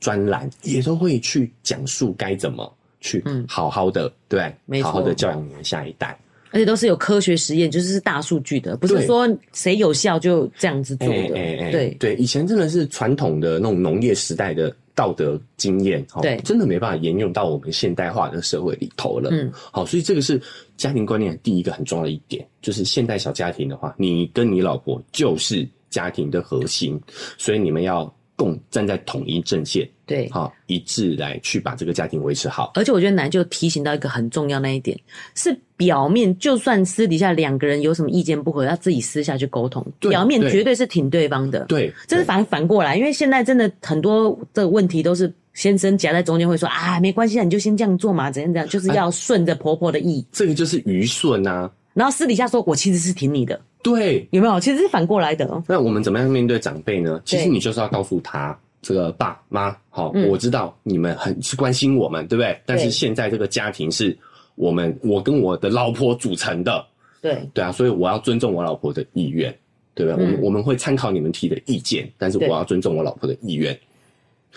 Speaker 2: 专栏也都会去讲述该怎么去
Speaker 1: 嗯
Speaker 2: 好好的、对，
Speaker 1: 没错
Speaker 2: 好好的教养你的下一代。
Speaker 1: 而且都是有科学实验，就是是大数据的，不
Speaker 2: 对
Speaker 1: 是说谁有效就这样子做的，对，
Speaker 2: 哎对，以前真的是传统的那种农业时代的道德经验，哦
Speaker 1: 对
Speaker 2: 真的没办法沿用到我们现代化的社会里头了。
Speaker 1: 嗯，
Speaker 2: 好，所以这个是家庭观念的第一个很重要的一点，就是现代小家庭的话，你跟你老婆就是家庭的核心，所以你们要共站在统一阵线，
Speaker 1: 对。
Speaker 2: 好、一致来去把这个家庭维持好。
Speaker 1: 而且我觉得南就提醒到一个很重要那一点，是表面就算私底下两个人有什么意见不合，要自己私下去沟通，
Speaker 2: 对
Speaker 1: 表面
Speaker 2: 对
Speaker 1: 绝对是挺对方的。
Speaker 2: 对，
Speaker 1: 这是
Speaker 2: 对
Speaker 1: 反反过来，因为现在真的很多的问题都是先生夹在中间，会说啊，没关系啊，你就先这样做嘛，怎样怎样，就是要顺着婆婆的意，
Speaker 2: 这个就是愚顺啊。
Speaker 1: 然后私底下说我其实是挺你的，
Speaker 2: 对，
Speaker 1: 有没有？其实是反过来的哦。
Speaker 2: 那我们怎么样面对长辈呢？其实
Speaker 1: 对
Speaker 2: 你就是要告诉他，这个爸妈，好、
Speaker 1: 嗯
Speaker 2: 我知道你们很是关心我们，对不对？但是现在这个家庭是我们我跟我的老婆组成的，
Speaker 1: 对
Speaker 2: 对啊，所以我要尊重我老婆的意愿，对不对？
Speaker 1: 嗯
Speaker 2: 我们我们会参考你们提的意见，但是我
Speaker 1: 对
Speaker 2: 要尊重我老婆的意愿。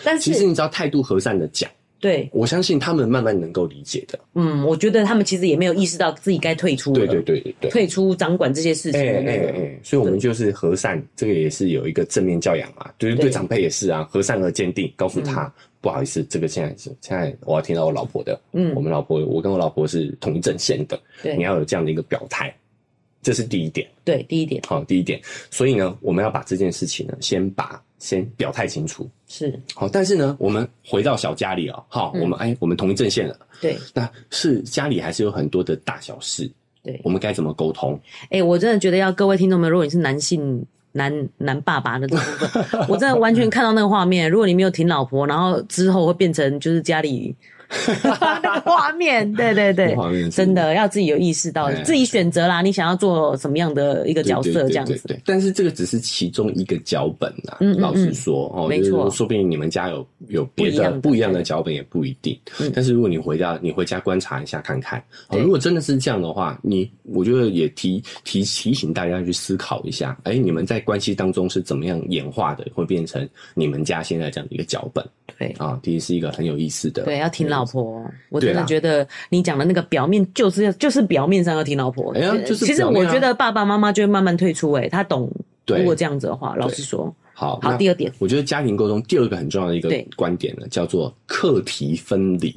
Speaker 1: 但
Speaker 2: 其实
Speaker 1: 是
Speaker 2: 你只要态度和善的讲，
Speaker 1: 对，
Speaker 2: 我相信他们慢慢能够理解的。
Speaker 1: 嗯，我觉得他们其实也没有意识到自己该退出了，
Speaker 2: 对对对对对。
Speaker 1: 退出掌管这些事情
Speaker 2: 哎
Speaker 1: 的
Speaker 2: 哎
Speaker 1: 那个，
Speaker 2: 哎！所以我们就是和善，这个也是有一个正面教养嘛，就是对
Speaker 1: 对嗯
Speaker 2: 长辈也是啊，和善而坚定，告诉他、不好意思，这个现在是现在我要听到我老婆的，
Speaker 1: 嗯
Speaker 2: 我们老婆，我跟我老婆是同一阵线的，你
Speaker 1: 对
Speaker 2: 要有这样的一个表态，这是第一点，
Speaker 1: 对，第一点
Speaker 2: 好、第一点。所以呢，我们要把这件事情呢，先把先表态清楚，
Speaker 1: 是
Speaker 2: 好、但是呢，我们回到小家里哦，好、
Speaker 1: 嗯
Speaker 2: 我们哎，我们同一阵线了，
Speaker 1: 对
Speaker 2: 那是家里还是有很多的大小事，
Speaker 1: 对。
Speaker 2: 我们该怎么沟通？
Speaker 1: 哎、我真的觉得要各位听众们，如果你是男性男男爸爸的这部分，我真的完全看到那个画面。如果你没有挺老婆，然后之后会变成就是家 里那个画面，对对对
Speaker 2: 那画面，是
Speaker 1: 真的要自己有意识到
Speaker 2: 哎，
Speaker 1: 自己选择啦，你想要做什么样的一个角
Speaker 2: 对对
Speaker 1: 色
Speaker 2: 对
Speaker 1: 这样
Speaker 2: 对
Speaker 1: 子。
Speaker 2: 对但是这个只是其中一个脚本呐、
Speaker 1: 嗯嗯
Speaker 2: 老实说，哦，
Speaker 1: 没
Speaker 2: 就是
Speaker 1: 错
Speaker 2: 说说不定你们家有有
Speaker 1: 不
Speaker 2: 别
Speaker 1: 一样
Speaker 2: 的
Speaker 1: 的
Speaker 2: 不一样的脚本也不一定。
Speaker 1: 嗯
Speaker 2: 但是如果你回家，你回家观察一下看看，哦，
Speaker 1: 对
Speaker 2: 如果真的是这样的话，你我觉得也提提提醒大家去思考一下，哎，你们在关系当中是怎么样演化的，会变成你们家现在这样的一个脚本
Speaker 1: 对
Speaker 2: 啊，其实是一个很有意思的。
Speaker 1: 对，啊要挺老婆。我
Speaker 2: 对啊
Speaker 1: 真的
Speaker 2: 啦
Speaker 1: 觉得你讲的那个表面就是要就是表面上要挺老婆。
Speaker 2: 哎呀就是
Speaker 1: 其实
Speaker 2: 表面
Speaker 1: 我
Speaker 2: 啊
Speaker 1: 觉得爸爸妈妈就会慢慢退出、哎，他懂。
Speaker 2: 对
Speaker 1: 如果这样子的话，老实说，
Speaker 2: 好，
Speaker 1: 好，
Speaker 2: 那
Speaker 1: 第二点，
Speaker 2: 我觉得家庭沟通第二个很重要的一个
Speaker 1: 对
Speaker 2: 观点呢，叫做课题分离。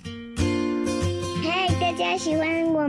Speaker 3: 嗨，大家喜欢我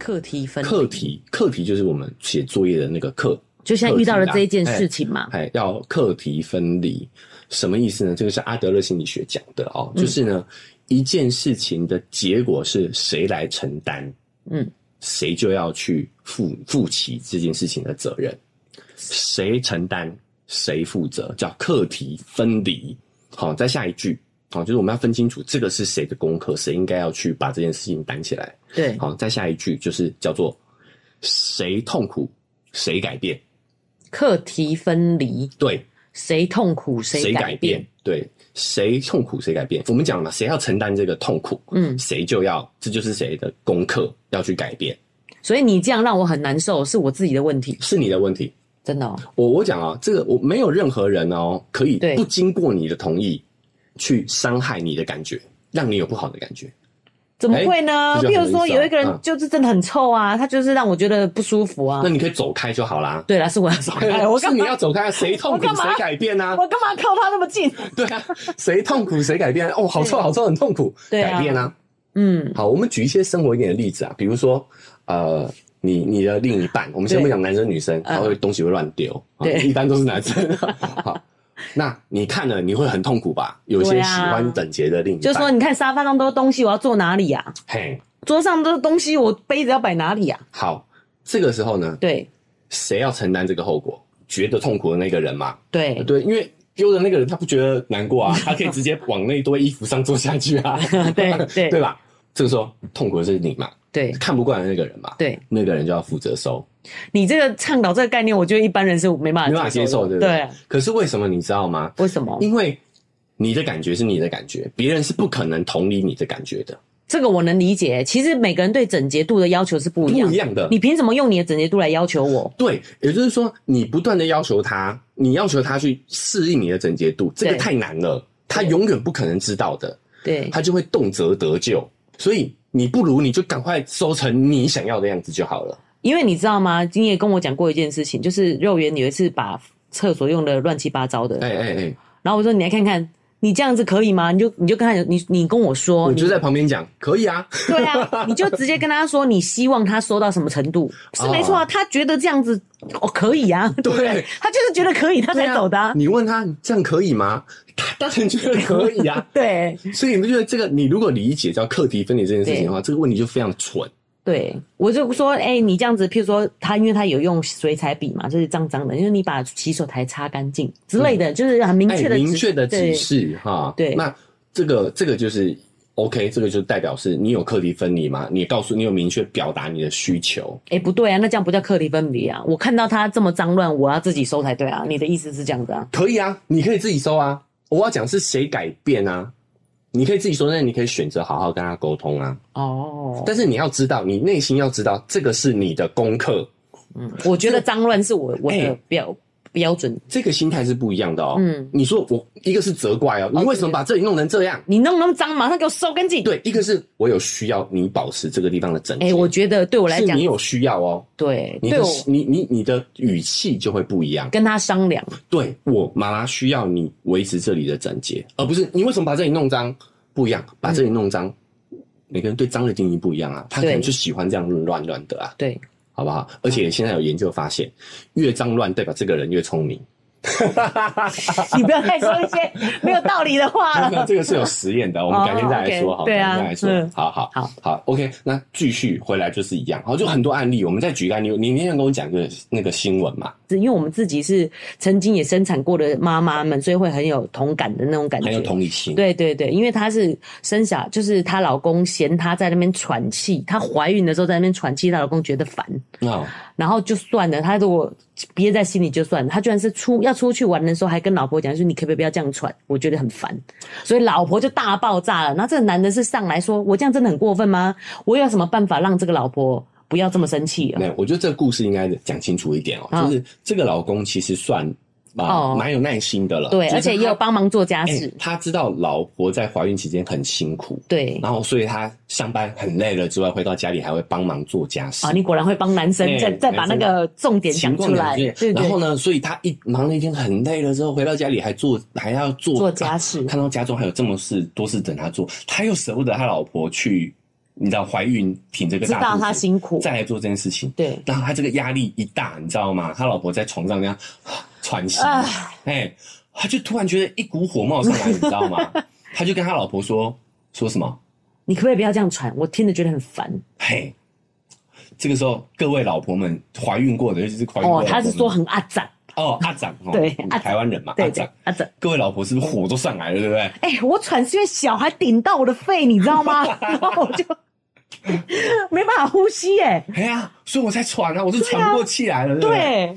Speaker 1: 课题分离
Speaker 2: 课，题，课题就是我们写作业的那个课，
Speaker 1: 就像遇到了这一件事情嘛，
Speaker 2: 哎，要课题分离，什么意思呢？这个是阿德勒心理学讲的哦，
Speaker 1: 嗯
Speaker 2: 就是呢，一件事情的结果是谁来承担，
Speaker 1: 嗯，
Speaker 2: 谁就要去负负起这件事情的责任，谁承担谁负责，叫课题分离。好，再下一句，好，就是我们要分清楚这个是谁的功课，谁应该要去把这件事情担起来。
Speaker 1: 对，
Speaker 2: 哎好，再下一句就是叫做谁痛苦谁改变，
Speaker 1: 课题分离，
Speaker 2: 对。
Speaker 1: 谁痛苦
Speaker 2: 谁
Speaker 1: 改
Speaker 2: 改变？，对，谁痛苦谁改变。我们讲了嘛，谁要承担这个痛苦，
Speaker 1: 嗯，
Speaker 2: 谁就要，这就是谁的功课要去改变，
Speaker 1: 所以你这样让我很难受，是我自己的问题，
Speaker 2: 是你的问题。
Speaker 1: 真的、哦。
Speaker 2: 我我讲啊，这个我没有任何人哦，可以
Speaker 1: 对
Speaker 2: 不经过你的同意去伤害你的感觉，让你有不好的感觉。
Speaker 1: 怎么会呢
Speaker 2: 哎？这就
Speaker 1: 譬如
Speaker 2: 很有
Speaker 1: 说
Speaker 2: 意思啊
Speaker 1: 有一个人
Speaker 2: 嗯
Speaker 1: 就是真的很臭啊，他就是让我觉得不舒服啊
Speaker 2: 那。你可以走开就好啦。哎
Speaker 1: 对啦，是我 要走开，我
Speaker 2: 是
Speaker 1: 干
Speaker 2: 你
Speaker 1: 嘛？
Speaker 2: 要走开，啊谁痛
Speaker 1: 我
Speaker 2: 苦
Speaker 1: 干嘛
Speaker 2: 谁改变啊？
Speaker 1: 我干嘛靠他那么近？
Speaker 2: 对啊，谁痛苦谁改变啊。哦，好臭，
Speaker 1: 对
Speaker 2: 好臭，很痛苦，
Speaker 1: 对啊
Speaker 2: 改变啊。
Speaker 1: 嗯，
Speaker 2: 好，我们举一些生活一点的例子啊，比如说，呃，你你的另一半，我们先
Speaker 1: 对
Speaker 2: 不讲男生女生，
Speaker 1: 嗯
Speaker 2: 然后东西会乱丢，啊
Speaker 1: 对
Speaker 2: 一般都是男生。 好，那你看了你会很痛苦吧？有些
Speaker 1: 对
Speaker 2: 喜
Speaker 1: 啊
Speaker 2: 欢整洁的另一半，
Speaker 1: 就说你看沙发上都是东西，我要坐哪里呀、
Speaker 2: 嘿，
Speaker 1: 桌上都是东西，我杯子要摆哪里呀、
Speaker 2: 好，这个时候呢，
Speaker 1: 对
Speaker 2: 谁要承担这个后果？觉得痛苦的那个人嘛，
Speaker 1: 对，
Speaker 2: 对，因为丢的那个人他不觉得难 过啊，他可以直接往那堆衣服上坐下去啊，
Speaker 1: 对对
Speaker 2: 对吧？这个时候痛苦的是你嘛，
Speaker 1: 对
Speaker 2: 看不惯的那个人嘛，
Speaker 1: 对，
Speaker 2: 那个人就要负责收。
Speaker 1: 你这个倡导这个概念，我觉得一般人是没办
Speaker 2: 没
Speaker 1: 法
Speaker 2: 办法接受，对
Speaker 1: 的哦
Speaker 2: 不对？可是为什么你知道吗？
Speaker 1: 为什么？
Speaker 2: 因为你的感觉是你的感觉，别人是不可能同理你的感觉的，
Speaker 1: 这个我能理解。其实每个人对整洁度的要求是不
Speaker 2: 不
Speaker 1: 一样
Speaker 2: 一
Speaker 1: 的，
Speaker 2: 样的。
Speaker 1: 你凭什么用你的整洁度来要求我？
Speaker 2: 对，也就是说，你不断的要求他，你要求他去适应你的整洁度，这个
Speaker 1: 对
Speaker 2: 太难了，他
Speaker 1: 对
Speaker 2: 永远不可能知道的，
Speaker 1: 对
Speaker 2: 他就会动辄得咎。所以你不如你就赶快收成你想要的样子就好了。
Speaker 1: 因为你知道吗？你也跟我讲过一件事情，就是肉圆有一次把厕所用的乱七八糟的，
Speaker 2: 哎哎哎，
Speaker 1: 然后我说你来看看，你这样子可以吗？你就你就跟他讲你你跟我说，
Speaker 2: 我就
Speaker 1: 你
Speaker 2: 在旁边讲，可以啊，
Speaker 1: 对啊，你就直接跟他说你希望他收到什么程度是没错啊，他觉得这样子哦可以 啊，对不对
Speaker 2: 哦对，
Speaker 1: 他就是觉得可以，他
Speaker 2: 对
Speaker 1: 才
Speaker 2: 啊
Speaker 1: 走的啊、
Speaker 2: 你问他这样可以吗？他当然觉得可以啊。
Speaker 1: 对
Speaker 2: 所以你不觉得这个，你如果理解叫课题分离这件事情的话，这个问题就非常蠢。
Speaker 1: 对，我就说，哎、你这样子，譬如说他，因为他有用水彩笔嘛，就是脏脏的，因为你把洗手台擦干净之类的，就是很明
Speaker 2: 哎
Speaker 1: 确的、
Speaker 2: 明确的指
Speaker 1: 对
Speaker 2: 示哈。
Speaker 1: 对
Speaker 2: 那这个这个就是 OK，这个就代表是你有课题分离嘛？你告诉你有明确表达你的需求，
Speaker 1: 哎、不对啊，那这样不叫课题分离啊！我看到他这么脏乱，我要自己收才对啊！你的意思是这样子啊？
Speaker 2: 可以啊，你可以自己收啊。我要讲是谁改变啊？你可以自己说，那你可以选择好好跟他沟通啊。
Speaker 1: 哦，
Speaker 2: 但是你要知道，你内心要知道，这个是你的功课，
Speaker 1: 我觉得脏乱是我我
Speaker 2: 哎
Speaker 1: 的表、标准。
Speaker 2: 这个心态是不一样的哦。
Speaker 1: 嗯，
Speaker 2: 你说我一个是责怪哦，你为什么把这里弄成这样？
Speaker 1: 你弄那么脏，马上给我收干净。，
Speaker 2: 对，一个是我有需要你保持这个地方的整洁。
Speaker 1: 哎、我觉得对我来
Speaker 2: 是
Speaker 1: 讲
Speaker 2: 你，有需要哦，
Speaker 1: 对，
Speaker 2: 你
Speaker 1: 对
Speaker 2: 的
Speaker 1: 我
Speaker 2: 你你你的语气就会不一样。
Speaker 1: 跟他商量，
Speaker 2: 对我妈妈需要你维持这里的整洁，而不是你为什么把这里弄脏？不一样，把这里弄脏，每个人对脏的定义不一样啊，他可能
Speaker 1: 对
Speaker 2: 就喜欢这样乱乱的啊，
Speaker 1: 对，
Speaker 2: 好不好？而且现在有研究发现，越脏乱代表这个人越聪明，啊
Speaker 1: 你不要再说一些没有道理的话
Speaker 2: 那
Speaker 1: 了。
Speaker 2: 这个是有实验的，我们改天再来说
Speaker 1: 哦
Speaker 2: 哈，
Speaker 1: ，OK，对
Speaker 2: 改天
Speaker 1: 啊
Speaker 2: 再来说
Speaker 1: 嗯，
Speaker 2: 好好
Speaker 1: 好
Speaker 2: 好，OK，那继续回来就是一样，好，就很多案例，我们再举个案例，你那天跟我讲个那个新闻嘛，
Speaker 1: 因为我们自己是曾经也生产过的妈妈们，所以会很有同感的那种感觉。
Speaker 2: 很有同理心，
Speaker 1: 对对对，因为她是生小，就是她老公嫌她在那边喘气，她怀孕的时候在那边喘气，她老公觉得烦，
Speaker 2: 那
Speaker 1: 然后就算了，她如果憋在心里就算了，她居然是出要出去玩的时候还跟老婆讲说你可不可以不要这样喘，我觉得很烦，所以老婆就大爆炸了。然后这个男的是上来说我这样真的很过分吗？ 我有什么办法让这个老婆不要这么生气啊？
Speaker 2: 那我觉得这个故事应该讲清楚一点哦、
Speaker 1: 嗯
Speaker 2: 就是这个老公其实算啊
Speaker 1: 哦
Speaker 2: 蛮、有耐心的了，
Speaker 1: 对，
Speaker 2: 就是
Speaker 1: 而且也有帮忙做家
Speaker 2: 他、哎
Speaker 1: 事，
Speaker 2: 他知道老婆在怀孕期间很辛苦，
Speaker 1: 对。
Speaker 2: 然后所以他上班很累了之外，回到家里还会帮忙做家事。
Speaker 1: 啊，你果然会帮男生
Speaker 2: 哎
Speaker 1: 再再把那
Speaker 2: 男生
Speaker 1: 个重点
Speaker 2: 情
Speaker 1: 讲
Speaker 2: 况
Speaker 1: 出来，
Speaker 2: 两
Speaker 1: 对对，
Speaker 2: 然后呢？所以他一忙了一天很累了之后，回到家里还做还要做
Speaker 1: 做家事
Speaker 2: 看到家中还有这么事多事等他做，他又舍不得他老婆去，你知道怀孕挺这个
Speaker 1: 知
Speaker 2: 大
Speaker 1: 道
Speaker 2: 肚
Speaker 1: 他
Speaker 2: 子
Speaker 1: 辛苦，
Speaker 2: 再来做这件事情，
Speaker 1: 对，
Speaker 2: 然后他这个压力一大，你知道吗？他老婆在床上那样啊喘息，哎、
Speaker 1: 唉
Speaker 2: 他就突然觉得一股火冒上来，你知道吗？ 他就跟他老婆说说什么？
Speaker 1: 你可不可以不要这样传？我听着觉得很烦。
Speaker 2: 嘿，这个时候各位老婆们怀孕过的，尤其是怀孕过
Speaker 1: 哦，
Speaker 2: 的老婆们，
Speaker 1: 他是说很阿展，
Speaker 2: 哦阿长，哦、
Speaker 1: 对
Speaker 2: 嗯
Speaker 1: 阿长
Speaker 2: 台湾人嘛，阿
Speaker 1: 对
Speaker 2: 长
Speaker 1: 对，，阿展。
Speaker 2: 各位老婆是不是火都上来了，对不对？
Speaker 1: 哎、我喘是因为小孩顶到我的肺，你知道吗？ 然后我就没办法呼吸、哎，
Speaker 2: 哎呀，所以我才喘啊，我是喘不过气来了，对不对？
Speaker 1: 对，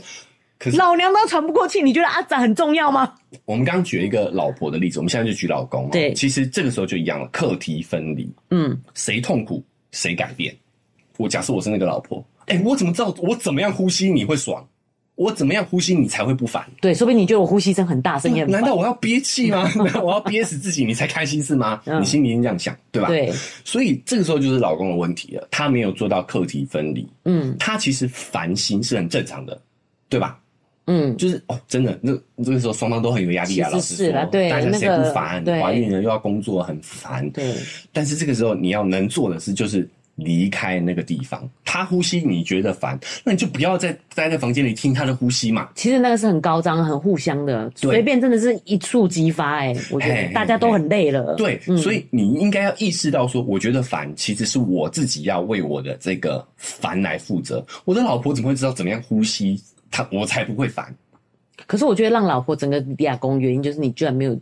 Speaker 2: 可是
Speaker 1: 老娘都喘不过气，你觉得阿展很重要吗？
Speaker 2: 我们刚刚举了一个老婆的例子，我们现在就举老公、哦。
Speaker 1: 对
Speaker 2: 其实这个时候就一样了，课题分离。
Speaker 1: 嗯，
Speaker 2: 谁痛苦谁改变。我假设我是那个老婆，哎、我怎么知道我怎么样呼吸你会爽？我怎么样呼吸你才会不烦？
Speaker 1: 对，说不定你觉得我呼吸声很大声也很
Speaker 2: 嗯难
Speaker 1: 烦
Speaker 2: 道，我要憋 气吗？难道我要憋死自己你才开心是吗？
Speaker 1: 嗯
Speaker 2: 你心里这样想，对吧？。
Speaker 1: 对，
Speaker 2: 所以这个时候就是老公的问题了，他没有做到课题分离，
Speaker 1: 嗯
Speaker 2: 他其实烦心是很正常的，对吧？
Speaker 1: 嗯，
Speaker 2: 就是哦，真的，那这个时候双方都很有压力啊，
Speaker 1: 其实
Speaker 2: 老实
Speaker 1: 是
Speaker 2: 说
Speaker 1: 啦，对
Speaker 2: 大家谁
Speaker 1: 那个
Speaker 2: 不烦？
Speaker 1: 对
Speaker 2: 怀孕了又要工作，很烦。
Speaker 1: 对，
Speaker 2: 但是这个时候你要能做的事就是离开那个地方，他呼吸你觉得烦，那你就不要再待在房间里听他的呼吸嘛。
Speaker 1: 其实那个是很高张、很互相的，
Speaker 2: 对
Speaker 1: 随便真的是一触即发、哎，我觉
Speaker 2: 嘿
Speaker 1: 得
Speaker 2: 嘿
Speaker 1: 大家都很累了，
Speaker 2: 对，所以你应该要意识到说，我觉得烦，其实是我自己要为我的这个烦来负责。我的老婆怎么会知道怎么样呼吸？她我才不会烦。
Speaker 1: 可是我觉得让老婆整个俩公原因就是你居然没有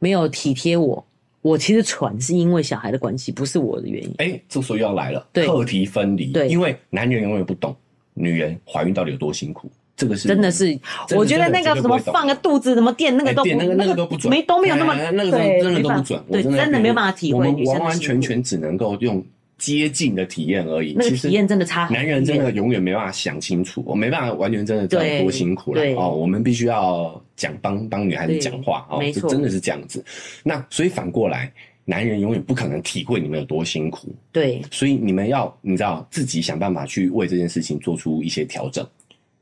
Speaker 1: 没有体贴我。我其实喘是因为小孩的关系，不是我的原因。
Speaker 2: 哎，这时候又要来了，
Speaker 1: 对
Speaker 2: 课题分离。
Speaker 1: 对
Speaker 2: 因为男人永远不懂女人怀孕到底有多辛苦，这个是
Speaker 1: 真的是，
Speaker 2: 真的
Speaker 1: 我觉得那
Speaker 2: 真
Speaker 1: 个
Speaker 2: 的绝对
Speaker 1: 什
Speaker 2: 不
Speaker 1: 么
Speaker 2: 会懂
Speaker 1: 放个肚子，什么电，那个
Speaker 2: 哎
Speaker 1: 都不，
Speaker 2: 对那个那个都不准，
Speaker 1: 没都没有那么
Speaker 2: 哎，那个
Speaker 1: 对
Speaker 2: 都真
Speaker 1: 没办
Speaker 2: 的都不
Speaker 1: 法
Speaker 2: 准，我
Speaker 1: 对，
Speaker 2: 真的
Speaker 1: 真的没有办法体会
Speaker 2: 我
Speaker 1: 女
Speaker 2: 们
Speaker 1: 生的
Speaker 2: 完完
Speaker 1: 辛
Speaker 2: 全
Speaker 1: 苦
Speaker 2: 全只能够用接近的体验而已。
Speaker 1: 那个
Speaker 2: 其
Speaker 1: 体
Speaker 2: 实
Speaker 1: 验真的差很
Speaker 2: 男人真的
Speaker 1: 远
Speaker 2: 永远没办法想清楚，我没办法完全真的知道
Speaker 1: 对
Speaker 2: 多辛苦了
Speaker 1: 对
Speaker 2: 哦。我们必须要讲帮帮女孩子
Speaker 1: 对
Speaker 2: 讲话哦，
Speaker 1: 没
Speaker 2: 这
Speaker 1: 错
Speaker 2: 真的是这样子。那所以反过来，男人永远不可能体会你们有多辛苦，
Speaker 1: 对
Speaker 2: 所以你们要你知道自己想办法去为这件事情做出一些调整。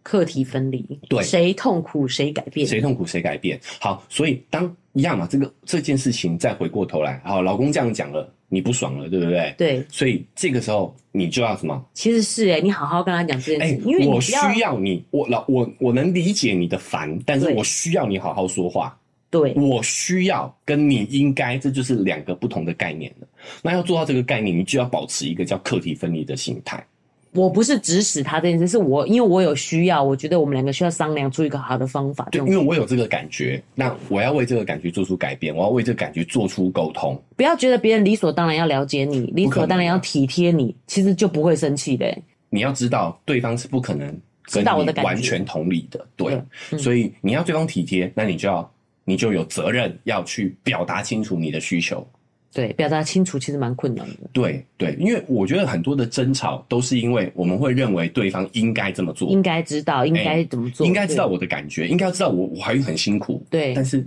Speaker 1: 课题分离，
Speaker 2: 对
Speaker 1: 谁痛苦谁改变，
Speaker 2: 谁痛苦谁改变。好，所以当一样嘛，这个这件事情再回过头来，好，老公这样讲了，你不爽了，对不对？
Speaker 1: 对，
Speaker 2: 所以这个时候你就要什么？
Speaker 1: 其实是哎，你好好跟他讲这件
Speaker 2: 哎、
Speaker 1: 事，因为你
Speaker 2: 我
Speaker 1: 不
Speaker 2: 需要你，我老我我能理解你的烦，但是
Speaker 1: 对
Speaker 2: 我需要你好好说话。
Speaker 1: 对
Speaker 2: 我需要跟你应该，这就是两个不同的概念了。那要做到这个概念，你就要保持一个叫课题分离的心态。
Speaker 1: 我不是指使他这件事，是我因为我有需要，我觉得我们两个需要商量出一个好的方法，这
Speaker 2: 对，
Speaker 1: 种
Speaker 2: 因为我有这个感觉，那我要为这个感觉做出改变，我要为这个感觉做出沟通。
Speaker 1: 不要觉得别人理所当然要了解你，理所当然要体贴你，其实就不会生气的、
Speaker 2: 你要知道对方是不可能跟
Speaker 1: 知道我的
Speaker 2: 你
Speaker 1: 感觉
Speaker 2: 完全同理的，对
Speaker 1: 对，嗯
Speaker 2: 所以你要对方体贴，那你就要你就有责任要去表达清楚你的需求，
Speaker 1: 对，表达清楚其实蛮困难的，
Speaker 2: 对对，因为我觉得很多的争吵都是因为我们会认为对方应该这么做，
Speaker 1: 应该知道应该
Speaker 2: 哎
Speaker 1: 怎么做，
Speaker 2: 应该知道我的感觉，应该知道我我怀孕很辛苦，
Speaker 1: 对
Speaker 2: 但是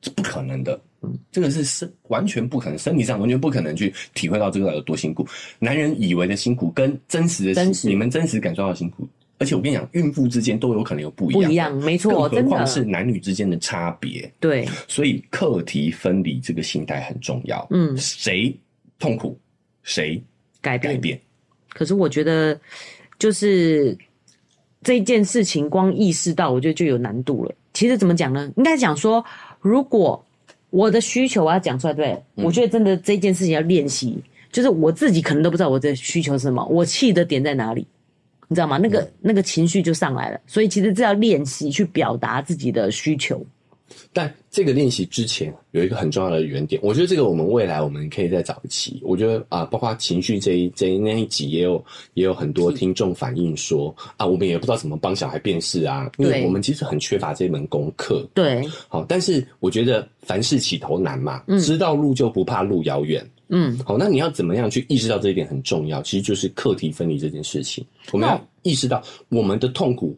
Speaker 2: 这不可能的
Speaker 1: 嗯，
Speaker 2: 这个是生完全不可能，身体上完全不可能去体会到这个有多辛苦。男人以为的辛苦跟真实的
Speaker 1: 真
Speaker 2: 辛
Speaker 1: 实
Speaker 2: 你们真实感受到的辛苦，而且我跟你讲，孕妇之间都有可能有不一
Speaker 1: 对不
Speaker 2: 样，
Speaker 1: 一样，，没错，
Speaker 2: 更何
Speaker 1: 真
Speaker 2: 况
Speaker 1: 的
Speaker 2: 是男女之间的差别。
Speaker 1: 对，
Speaker 2: 所以课题分离这个心态很重要，
Speaker 1: 嗯，
Speaker 2: 谁痛苦谁
Speaker 1: 改
Speaker 2: 改
Speaker 1: 变。
Speaker 2: 变，
Speaker 1: 可是我觉得就是这件事情，光意识到，我觉得就有难度了。其实怎么讲呢？应该讲说，如果我的需求我要讲出来，对不对，
Speaker 2: 嗯
Speaker 1: 我觉得真的这件事情要练习，就是我自己可能都不知道我的需求是什么，我气的点在哪里。你知道吗？那
Speaker 2: 嗯
Speaker 1: 个那个情绪就上来了，所以其实这要练习去表达自己的需求。
Speaker 2: 但这个练习之前有一个很重要的原点，我觉得这个我们未来我们可以再找一期。我觉得啊、包括情绪这一这一那一集也有也有很多听众反映说啊，我们也不知道怎么帮小孩辨识啊，因为
Speaker 1: 对
Speaker 2: 我们其实很缺乏这门功课。
Speaker 1: 对，
Speaker 2: 好，但是我觉得凡事起头难嘛，
Speaker 1: 嗯
Speaker 2: 知道路就不怕路遥远。
Speaker 1: 嗯，
Speaker 2: 好，那你要怎么样去意识到这一点很重要？其实就是课题分离这件事情，我们
Speaker 1: 那
Speaker 2: 要意识到我们的痛苦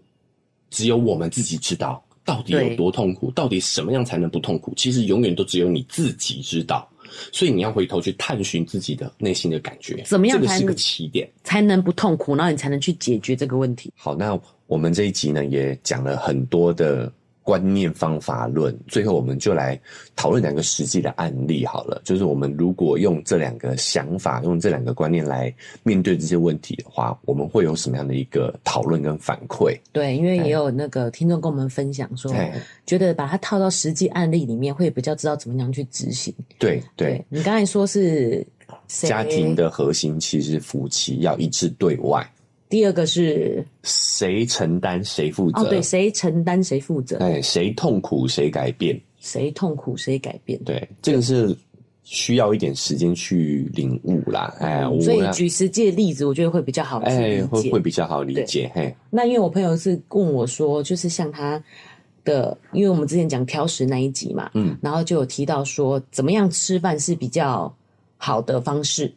Speaker 2: 只有我们自己知道，到底有
Speaker 1: 对
Speaker 2: 多痛苦，到底什么样才能不痛苦？其实永远都只有你自己知道，所以你要回头去探寻自己的内心的感觉，
Speaker 1: 怎么样
Speaker 2: 这个
Speaker 1: 才
Speaker 2: 是个
Speaker 1: 能
Speaker 2: 起点。
Speaker 1: 才能不痛苦，然后你才能去解决这个问题。
Speaker 2: 好，那我们这一集呢也讲了很多的观念方法论，最后我们就来讨论两个实际的案例好了。就是我们如果用这两个想法，用这两个观念来面对这些问题的话，我们会有什么样的一个讨论跟反馈？
Speaker 1: 对，因为
Speaker 2: 对
Speaker 1: 也有那个听众跟我们分享说，
Speaker 2: 哎，
Speaker 1: 觉得把它套到实际案例里面，会比较知道怎么样去执行。
Speaker 2: 对对，
Speaker 1: 你刚才说是谁
Speaker 2: 家庭，的核心其实是夫妻要一致对外，
Speaker 1: 第二个是
Speaker 2: 谁承担谁负责。
Speaker 1: 哦，对，谁承担谁负责，
Speaker 2: 哎，谁痛苦谁改变，
Speaker 1: 谁痛苦谁改变。
Speaker 2: 对，这个是需要一点时间去领悟啦。哎，我
Speaker 1: 嗯所以
Speaker 2: 要
Speaker 1: 举实际的例子，我觉得会比较好去
Speaker 2: 哎，
Speaker 1: 理
Speaker 2: 会
Speaker 1: 解。
Speaker 2: 会比较好理解。嘿，
Speaker 1: 那因为我朋友是问我说，就是像他的，因为我们之前讲挑食那一集嘛，
Speaker 2: 嗯，
Speaker 1: 然后就有提到说，怎么样吃饭是比较好的方式。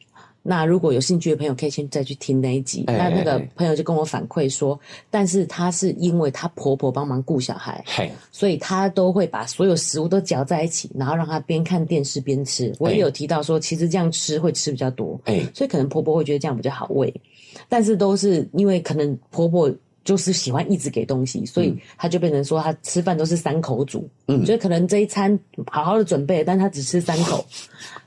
Speaker 1: 那如果有兴趣的朋友，可以先再去听那一集。
Speaker 2: 哎哎
Speaker 1: 那那个
Speaker 2: 哎
Speaker 1: 朋友就跟我反馈说，但是她是因为她婆婆帮忙顾小孩，
Speaker 2: 嘿，
Speaker 1: 所以她都会把所有食物都搅在一起，然后让她边看电视边吃。我也
Speaker 2: 哎
Speaker 1: 有提到说，其实这样吃会吃比较多。
Speaker 2: 哎，
Speaker 1: 所以可能婆婆会觉得这样比较好喂，但是都是因为可能婆婆就是喜欢一直给东西，所以
Speaker 2: 嗯
Speaker 1: 她就变成说她吃饭都是三口煮，
Speaker 2: 嗯
Speaker 1: 就可能这一餐好好的准备，但她只吃三口，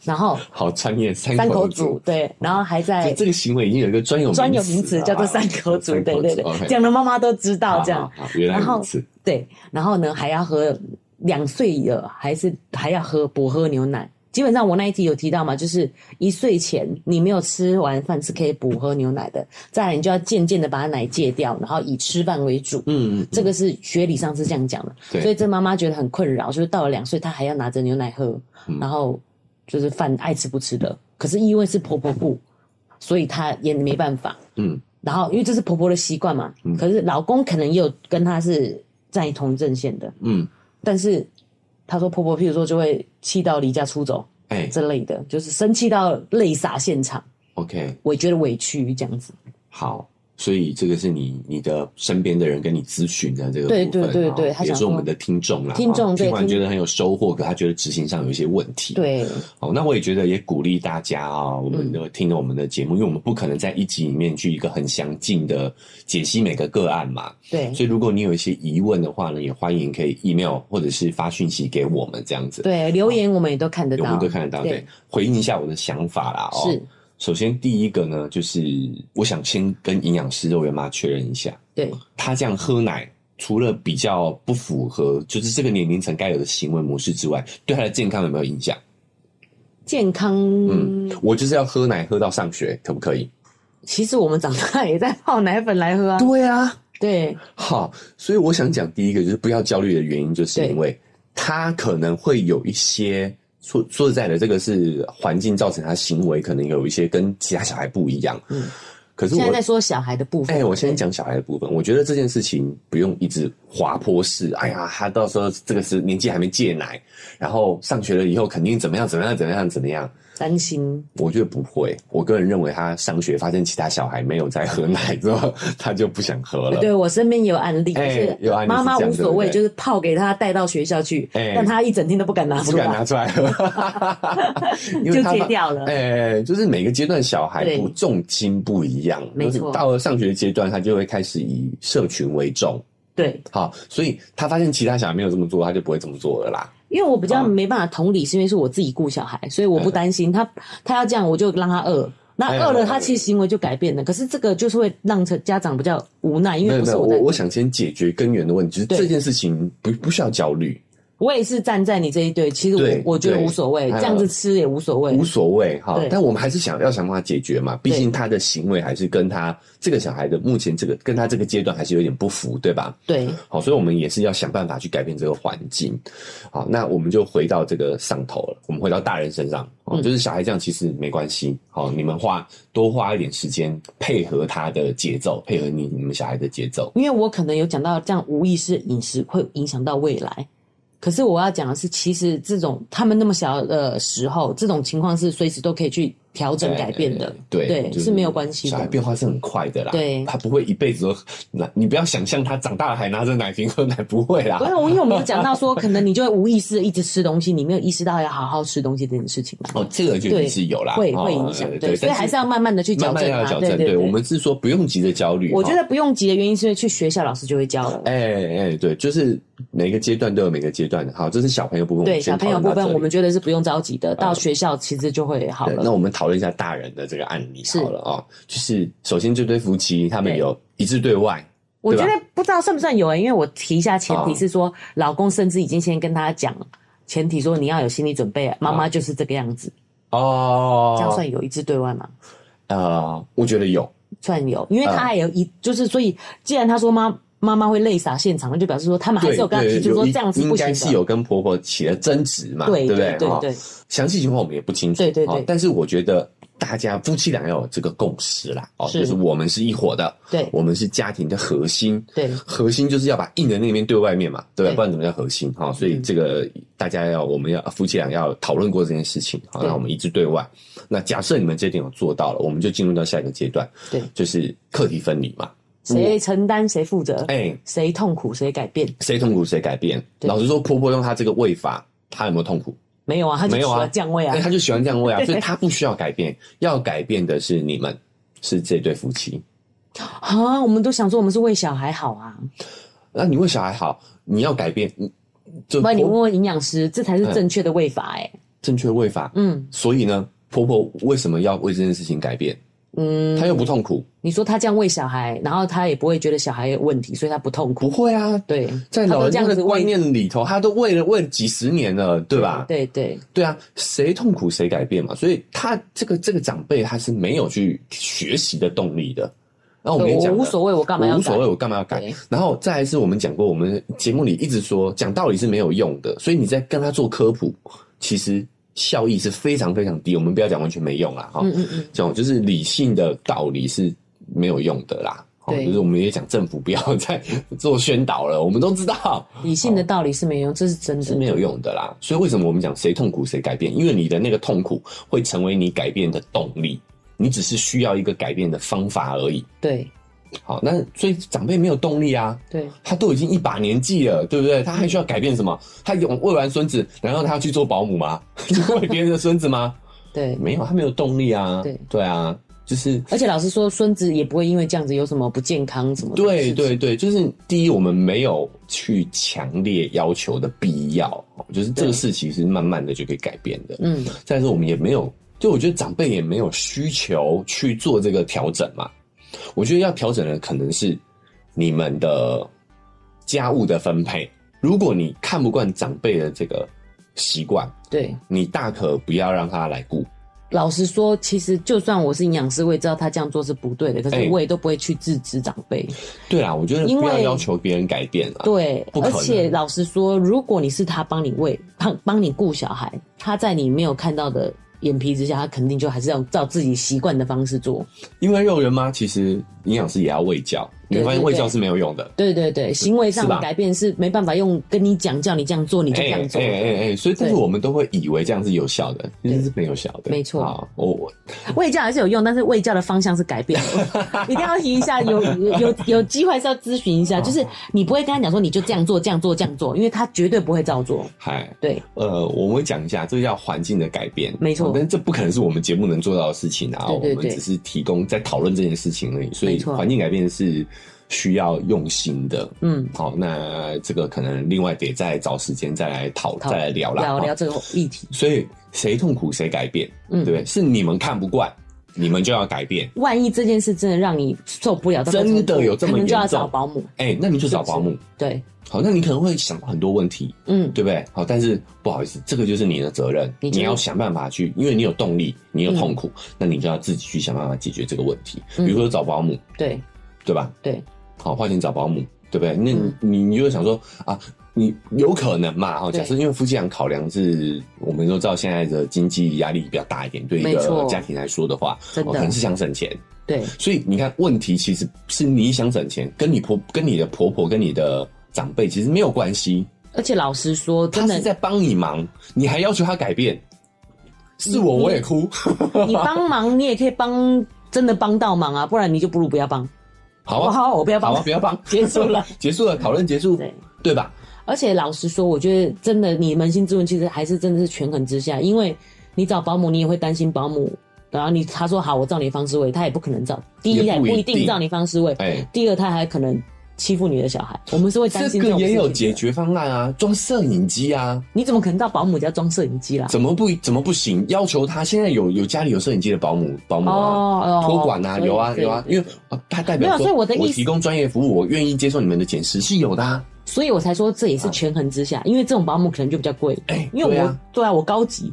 Speaker 1: 然后
Speaker 2: 好专业，三
Speaker 1: 三口
Speaker 2: 口
Speaker 1: 煮，对，然后还
Speaker 2: 这
Speaker 1: 在
Speaker 2: 这个行为已经有一个专有
Speaker 1: 专有
Speaker 2: 名
Speaker 1: 名词
Speaker 2: 了
Speaker 1: 叫做
Speaker 2: 啊
Speaker 1: 三口煮，
Speaker 2: 三
Speaker 1: 对对对，
Speaker 2: OK
Speaker 1: 这样的妈妈都知道这样
Speaker 2: 好，好好原来
Speaker 1: 然后
Speaker 2: 如此，
Speaker 1: 对，然后呢还要喝两岁了，还是还要喝薄喝牛奶。基本上我那一集有提到嘛，就是一岁前你没有吃完饭是可以补喝牛奶的，再来你就要渐渐的把奶戒掉，然后以吃饭为主。
Speaker 2: 嗯，嗯
Speaker 1: 这个是学理上是这样讲的，
Speaker 2: 对
Speaker 1: 所以这妈妈觉得很困扰，就是到了两岁她还要拿着牛奶喝，
Speaker 2: 嗯
Speaker 1: 然后就是饭爱吃不吃的，可是因为是婆婆顾，所以她也没办法。
Speaker 2: 嗯，
Speaker 1: 然后因为这是婆婆的习惯嘛，
Speaker 2: 嗯
Speaker 1: 可是老公可能也有跟她是在同阵线的，
Speaker 2: 嗯，
Speaker 1: 但是她说婆婆譬如说就会气到离家出走
Speaker 2: 哎
Speaker 1: 之类的，就是生气到泪洒现场，
Speaker 2: ，OK，
Speaker 1: 我也觉得委屈这样子。
Speaker 2: 好。所以这个是你你的身边的人跟你咨询的这个
Speaker 1: 对
Speaker 2: 部分
Speaker 1: 对对
Speaker 2: 啊
Speaker 1: 对他
Speaker 2: 也
Speaker 1: 想
Speaker 2: 是我
Speaker 1: 说
Speaker 2: 们的听众啦，
Speaker 1: 听众
Speaker 2: 啊
Speaker 1: 对
Speaker 2: 听完
Speaker 1: 听
Speaker 2: 觉得很有收获，可他觉得执行上有一些问题，
Speaker 1: 对，
Speaker 2: 哦，那我也觉得也鼓励大家啊、我
Speaker 1: 嗯
Speaker 2: 们都听了我们的节目，因为我们不可能在一集里面去一个很详尽的解析每个个案嘛，
Speaker 1: 对，
Speaker 2: 所以如果你有一些疑问的话呢，也欢迎可以 email 或者是发讯息给我们这样子，，
Speaker 1: 对，留言我们也都看得
Speaker 2: 哦我
Speaker 1: 到
Speaker 2: 们都，看得到，
Speaker 1: 对
Speaker 2: 对，回应一下我的想法啦哦。
Speaker 1: 是，
Speaker 2: 首先第一个呢，就是我想先跟营养师肉圆妈确认一下，
Speaker 1: 对，
Speaker 2: 她这样喝奶。除了比较不符合就是这个年龄层该有的行为模式之外，对她的健康有没有影响？
Speaker 1: 健康。
Speaker 2: 嗯我就是要喝奶喝到上学，可不可以？
Speaker 1: 其实我们长大也在泡奶粉来喝啊。
Speaker 2: 对啊，
Speaker 1: 对
Speaker 2: 好，所以我想讲第一个就是不要焦虑的原因，就是
Speaker 1: 对
Speaker 2: 因为他可能会有一些说说实在的，这个是环境造成他行为可能有一些跟其他小孩不一样。
Speaker 1: 嗯
Speaker 2: 可是
Speaker 1: 现
Speaker 2: 我
Speaker 1: 在在说小孩的部分。
Speaker 2: 哎、我先
Speaker 1: 对，
Speaker 2: 讲小孩的部分，我觉得这件事情不用一直滑坡式。哎呀，他到时候这个是年纪还没戒奶，然后上学了以后肯定怎么样怎么样怎么样怎么样。
Speaker 1: 担心
Speaker 2: 我觉得不会，我个人认为他上学发现其他小孩没有在喝奶之后， 他就不想喝了。
Speaker 1: 对我身边也有案例，就
Speaker 2: 哎
Speaker 1: 是
Speaker 2: 有案例是
Speaker 1: 妈妈
Speaker 2: 这样
Speaker 1: 无所谓，
Speaker 2: 对不
Speaker 1: 就
Speaker 2: 对
Speaker 1: 是泡给他带到学校去，
Speaker 2: 哎
Speaker 1: 但他一整天都不敢拿
Speaker 2: 不
Speaker 1: 出
Speaker 2: 敢拿
Speaker 1: 来，
Speaker 2: 出来 喝，因为
Speaker 1: 就
Speaker 2: 他
Speaker 1: 戒掉了。
Speaker 2: 哎、就是每个阶段小孩
Speaker 1: 对
Speaker 2: 不重心不一样，
Speaker 1: 没错
Speaker 2: 就是到了上学阶段，他就会开始以社群为重，
Speaker 1: 对，
Speaker 2: 好，所以他发现其他小孩没有这么做，他就不会这么做了啦。
Speaker 1: 因为我比较
Speaker 2: 啊
Speaker 1: 没办法同理，是因为是我自己顾小孩，所以我不担心他，他要这样我就让他饿。那
Speaker 2: 哎
Speaker 1: 饿
Speaker 2: 哎
Speaker 1: 了，
Speaker 2: 哎
Speaker 1: 他其实行为就改变了。可是这个就是会让成家长比较无奈，因
Speaker 2: 没
Speaker 1: 为
Speaker 2: 有
Speaker 1: 不
Speaker 2: 没
Speaker 1: 是
Speaker 2: 有，
Speaker 1: 在
Speaker 2: 我我想先解决根源的问题，就是
Speaker 1: 对
Speaker 2: 这件事情不不需要焦虑，
Speaker 1: 我也是站在你这一队，其实
Speaker 2: 对
Speaker 1: 我我觉得
Speaker 2: 对
Speaker 1: 无所谓，
Speaker 2: 哎呀
Speaker 1: 这样子吃也无所谓
Speaker 2: 无。所谓哈
Speaker 1: 对。
Speaker 2: 但我们还是想要想办法解决嘛，毕
Speaker 1: 对
Speaker 2: 竟他的行为还是跟他这个小孩的目前这个跟他这个阶段还是有点不符，对吧？
Speaker 1: 对，
Speaker 2: 好，所以我们也是要想办法去改变这个环境。好，那我们就回到这个上头了，我们回到大人身上，哦，
Speaker 1: 嗯
Speaker 2: 就是小孩这样其实没关系。好，你们花多花一点时间配合他的节奏，配合你你们小孩的节奏。
Speaker 1: 因为我可能有讲到这样无意识的饮食会影响到未来。可是我要讲的是，其实这种他们那么小的时候，这种情况是随时都可以去调整改变的
Speaker 2: 呃。对
Speaker 1: 对
Speaker 2: 就是
Speaker 1: 没有关系的
Speaker 2: 小孩变化是很快的啦，
Speaker 1: 对
Speaker 2: 他不会一辈子都，那你不要想象他长大了还拿着奶瓶喝奶，不会啦
Speaker 1: 不。是，我啊因为我们有讲到说，可能你就会无意识地一直吃东西，你没有意识到要好好吃东西这件事情嘛，
Speaker 2: 哦，这个就
Speaker 1: 对
Speaker 2: 是有啦，
Speaker 1: 会
Speaker 2: 哦
Speaker 1: 会影响
Speaker 2: 呃。
Speaker 1: 对，所以
Speaker 2: 但
Speaker 1: 还是要慢慢的去矫
Speaker 2: 慢慢
Speaker 1: 正
Speaker 2: 要
Speaker 1: 它。
Speaker 2: 矫
Speaker 1: 对
Speaker 2: 正。对，
Speaker 1: 对，
Speaker 2: 我们是说不用急着焦虑。
Speaker 1: 我觉
Speaker 2: 哦
Speaker 1: 得不用急的原因是因为去学校老师就会教了。
Speaker 2: 哎哎，对，就是每个阶段都有每个阶段的。好，这是小朋友部分，
Speaker 1: 对
Speaker 2: 我们先
Speaker 1: 小朋友部
Speaker 2: 讨论到
Speaker 1: 分，
Speaker 2: 这里
Speaker 1: 我们觉得是不用着急的，到学校其实就会好
Speaker 2: 嗯对那
Speaker 1: 了。
Speaker 2: 我们讨论一下大人的这个案例
Speaker 1: 是
Speaker 2: 好了啊、哦，就是首先这对夫妻他们
Speaker 1: 对
Speaker 2: 有一致对外，
Speaker 1: 我
Speaker 2: 对
Speaker 1: 觉
Speaker 2: 吧
Speaker 1: 得不知道算不算有哎、因为我提一下前提
Speaker 2: 啊
Speaker 1: 是说，老公甚至已经先跟他讲。前提说你要有心理准备，妈妈就是这个样子，
Speaker 2: 哦，
Speaker 1: 这样算有一致对外吗？
Speaker 2: 呃，我觉得有，
Speaker 1: 算有，因为他
Speaker 2: 嗯
Speaker 1: 还有一、就是，所以既然他说妈妈妈会泪洒现场，那就表示说他们还
Speaker 2: 对
Speaker 1: 是有跟他
Speaker 2: 对
Speaker 1: 提出
Speaker 2: 有
Speaker 1: 说
Speaker 2: 一
Speaker 1: 这样子
Speaker 2: 应
Speaker 1: 不行
Speaker 2: 该
Speaker 1: 的。
Speaker 2: 是有跟婆婆起了争执嘛，
Speaker 1: 对
Speaker 2: 不
Speaker 1: 对
Speaker 2: 对？
Speaker 1: 对
Speaker 2: 哦
Speaker 1: 对，
Speaker 2: 详细情况我们也不清楚，
Speaker 1: 对对
Speaker 2: 哦
Speaker 1: 对
Speaker 2: 但是我觉得大家夫妻俩要有这个共识啦，哦，
Speaker 1: 是
Speaker 2: 就是我们是一伙的，
Speaker 1: 对
Speaker 2: 我们是家庭的核心，
Speaker 1: 对
Speaker 2: 核心就是要把硬的那面对外面嘛，对吧？
Speaker 1: 对嗯
Speaker 2: 不然怎么叫核心？哈、所以这个大家要，我们要夫妻俩要讨论过这件事情，好，
Speaker 1: 对
Speaker 2: 那我们一致对外。那假设你们这点有做到了，我们就进入到下一个阶段，
Speaker 1: 对，
Speaker 2: 就是课题分离嘛。
Speaker 1: 谁承担谁负责，
Speaker 2: 哎、
Speaker 1: 谁痛苦谁改变，
Speaker 2: 谁痛苦谁改变。
Speaker 1: 对
Speaker 2: 老实说，婆婆用她这个喂法，她有没有痛苦？
Speaker 1: 没有啊，他就
Speaker 2: 没
Speaker 1: 喜
Speaker 2: 有啊
Speaker 1: 欢降位啊
Speaker 2: 哎，，她就喜欢这样喂啊， 所以她不需要改变，要改变的是你们，是这对夫妻。
Speaker 1: 啊，我们都想说我们是为小孩好啊，
Speaker 2: 那你喂小孩好，你要改变，你就
Speaker 1: 不然你问
Speaker 2: 婆
Speaker 1: 问营养师，这才是正确的喂法哎、
Speaker 2: 正确喂法。
Speaker 1: 嗯
Speaker 2: 所以呢，婆婆为什么要为这件事情改变？
Speaker 1: 嗯，
Speaker 2: 她又不痛苦，
Speaker 1: 你说他这样喂小孩，然后他也不会觉得小孩有问题，所以他不痛苦
Speaker 2: 不。会啊。
Speaker 1: 对，
Speaker 2: 在
Speaker 1: 他
Speaker 2: 老
Speaker 1: 都
Speaker 2: 人
Speaker 1: 这
Speaker 2: 家
Speaker 1: 样
Speaker 2: 的
Speaker 1: 子
Speaker 2: 观
Speaker 1: 喂，
Speaker 2: 念里头，她都喂了喂了几十年了，对吧？
Speaker 1: 对对
Speaker 2: 对啊，谁痛苦谁改变嘛，所以她这个这个长辈她是没有去学习的动力的。那我们也
Speaker 1: 对，我
Speaker 2: 讲了
Speaker 1: 无所谓，我干嘛
Speaker 2: 我
Speaker 1: 要
Speaker 2: 无
Speaker 1: 改
Speaker 2: 所谓，？我干嘛要改
Speaker 1: 对？
Speaker 2: 然后再来是我们讲过，我们节目里一直说讲道理是没有用的，所以你在跟他做科普，其实效益是非常非常低。我们不要讲完全没用啦，哈、
Speaker 1: 嗯嗯嗯，
Speaker 2: 讲就是理性的道理是没有用的啦。哦
Speaker 1: 对
Speaker 2: 就是我们也讲政府不要再做宣导了，我们都知道
Speaker 1: 理性的道理是没用，这是真
Speaker 2: 是
Speaker 1: 的。
Speaker 2: 没有用的啦。所以为什么我们讲谁痛苦谁改变？因为你的那个痛苦会成为你改变的动力，你只是需要一个改变的方法而已。
Speaker 1: 对
Speaker 2: 好，那所以长辈没有动力啊，
Speaker 1: 对，
Speaker 2: 他都已经一把年纪了，对不对？他还需要改变什么？他有喂完孙子，然后他要去做保姆吗？ 去喂别人的孙子吗？
Speaker 1: 对，
Speaker 2: 没有，他没有动力啊。
Speaker 1: 对
Speaker 2: 啊，就是
Speaker 1: 而且老师说，孙子也不会因为这样子有什么不健康什么的。
Speaker 2: 对，对对，就是第一，我们没有去强烈要求的必要，哦就是这个
Speaker 1: 对
Speaker 2: 事其实慢慢的就可以改变的。
Speaker 1: 嗯，
Speaker 2: 再是我们也没有，就我觉得长辈也没有需求去做这个调整嘛。我觉得要调整的可能是你们的家务的分配。如果你看不惯长辈的这个习惯，
Speaker 1: 对。
Speaker 2: 你大可不要让他来顾。
Speaker 1: 老实说，其实就算我是营养师，我也知道他这样做是不对的，可
Speaker 2: 哎
Speaker 1: 是我也都不会去制止长辈。
Speaker 2: 对啦，我觉得
Speaker 1: 因为
Speaker 2: 不要要求别人改变啦。
Speaker 1: 对，
Speaker 2: 不可
Speaker 1: 而
Speaker 2: 能
Speaker 1: 且老实说，如果你是他帮你喂、帮帮你顾小孩，他在你没有看到的眼皮之下，他肯定就还是要照自己习惯的方式做。
Speaker 2: 因为肉圆妈其实营养师也要喂教，你会发现
Speaker 1: 对对
Speaker 2: 卫教是没有用的。
Speaker 1: 对对对，行为上
Speaker 2: 是
Speaker 1: 的
Speaker 2: 吧
Speaker 1: 改变是没办法用跟你讲，叫你这样做你就这样做。
Speaker 2: 哎哎哎，所以但是
Speaker 1: 对
Speaker 2: 我们都会以为这样是有效的，其实是没有效的。
Speaker 1: 没错
Speaker 2: 好，我我
Speaker 1: 卫教还是有用，但是卫教的方向是改变 的，一定要提一下。有有有有机会还是要咨询一
Speaker 2: 哦
Speaker 1: 下，就是你不会跟他讲说你就这样做、这样做、这样做，因为他绝对不会照做。
Speaker 2: 嗨，
Speaker 1: 对，
Speaker 2: 呃，我们会讲一下，这叫环境的改变，
Speaker 1: 没错
Speaker 2: 哦但这不可能是我们节目能做到的事情啊，
Speaker 1: 对对
Speaker 2: 我
Speaker 1: 对
Speaker 2: 们只是提供在讨论这件事情而已，所
Speaker 1: 没
Speaker 2: 以
Speaker 1: 错
Speaker 2: 环境改变是需要用心的。
Speaker 1: 嗯，
Speaker 2: 好，那这个可能另外得再找时间再来讨
Speaker 1: 好
Speaker 2: 再来聊啦。
Speaker 1: 聊聊
Speaker 2: 哦
Speaker 1: 这个议题。
Speaker 2: 所以谁痛苦谁改变，
Speaker 1: 嗯
Speaker 2: 对不对？是你们看不惯，你们就要改变。
Speaker 1: 万一这件事真的让你受不了，到这个程度
Speaker 2: 真的有这么
Speaker 1: 可能就要
Speaker 2: 严重
Speaker 1: 找保姆。
Speaker 2: 哎、那你就找
Speaker 1: 是不是
Speaker 2: 保姆。
Speaker 1: 对，
Speaker 2: 好，那你可能会想到很多问题，
Speaker 1: 嗯，
Speaker 2: 对不对？好，但是不好意思，这个就是你的责任，
Speaker 1: 你
Speaker 2: 你
Speaker 1: 就是
Speaker 2: 要想办法去，因为你有动力，你有痛苦，那你就要自己去想办法解决这个问题。
Speaker 1: 嗯
Speaker 2: 比如说找保姆，
Speaker 1: 对
Speaker 2: 对吧？
Speaker 1: 对，
Speaker 2: 好，花钱找保姆，对不对？那你、
Speaker 1: 嗯
Speaker 2: 你你就会想说啊，你有可能嘛？哦，
Speaker 1: 对
Speaker 2: 假设因为夫妻俩考量是，我们都知道现在的经济压力比较大一点，对一
Speaker 1: 没错
Speaker 2: 个家庭来说的话，
Speaker 1: 真的
Speaker 2: 哦可能是想省钱，
Speaker 1: 对
Speaker 2: 所以你看，问题其实是你想省钱，跟你婆、跟你的婆婆、跟你的长辈其实没有关系，
Speaker 1: 而且老实说，
Speaker 2: 他
Speaker 1: 真
Speaker 2: 是
Speaker 1: 的，
Speaker 2: 在帮你忙，你还要求他改变，是我
Speaker 1: 你
Speaker 2: 我也哭。
Speaker 1: 你帮忙你也可以帮，真的帮到忙啊，不然你就不如不要帮。
Speaker 2: 好
Speaker 1: 我
Speaker 2: 啊，
Speaker 1: 好，我不要
Speaker 2: 好
Speaker 1: 帮
Speaker 2: 啊，。不 要帮，
Speaker 1: 结束了，
Speaker 2: 结束了，讨论结束，
Speaker 1: 对
Speaker 2: 对吧？
Speaker 1: 而且老实说，我觉得真的，你扪心自问，其实还是真的是权衡之下，因为你找保姆，你也会担心保姆。然后你他说好，我照你方式喂，他也不可能照。第一，
Speaker 2: 也不
Speaker 1: 他也不一
Speaker 2: 一定
Speaker 1: 定照你方式喂；
Speaker 2: 哎，
Speaker 1: 第二，他还可能欺负你的小孩。我们是会担
Speaker 2: 这
Speaker 1: 心
Speaker 2: 个
Speaker 1: 种
Speaker 2: 也
Speaker 1: 事
Speaker 2: 有
Speaker 1: 情的
Speaker 2: 解。决方案啊，装摄影机啊，
Speaker 1: 你怎么可能到保姆家装摄影机啦？
Speaker 2: 怎么不怎么不行？要求他现在有有家里有摄影机的保姆保姆啊。
Speaker 1: 哦
Speaker 2: 托管啊，
Speaker 1: 所以
Speaker 2: 有啊
Speaker 1: 所以
Speaker 2: 有啊，因为啊他代
Speaker 1: 没有
Speaker 2: 表
Speaker 1: 所以
Speaker 2: 说，
Speaker 1: 我的意思
Speaker 2: 提供专业服务，我愿意接受你们的检视是有的啊。
Speaker 1: 所以我才说这也是权衡之下，因为这种保姆可能就比较贵，
Speaker 2: 哎，
Speaker 1: 因为我
Speaker 2: 对
Speaker 1: 对
Speaker 2: 啊
Speaker 1: 啊我高级，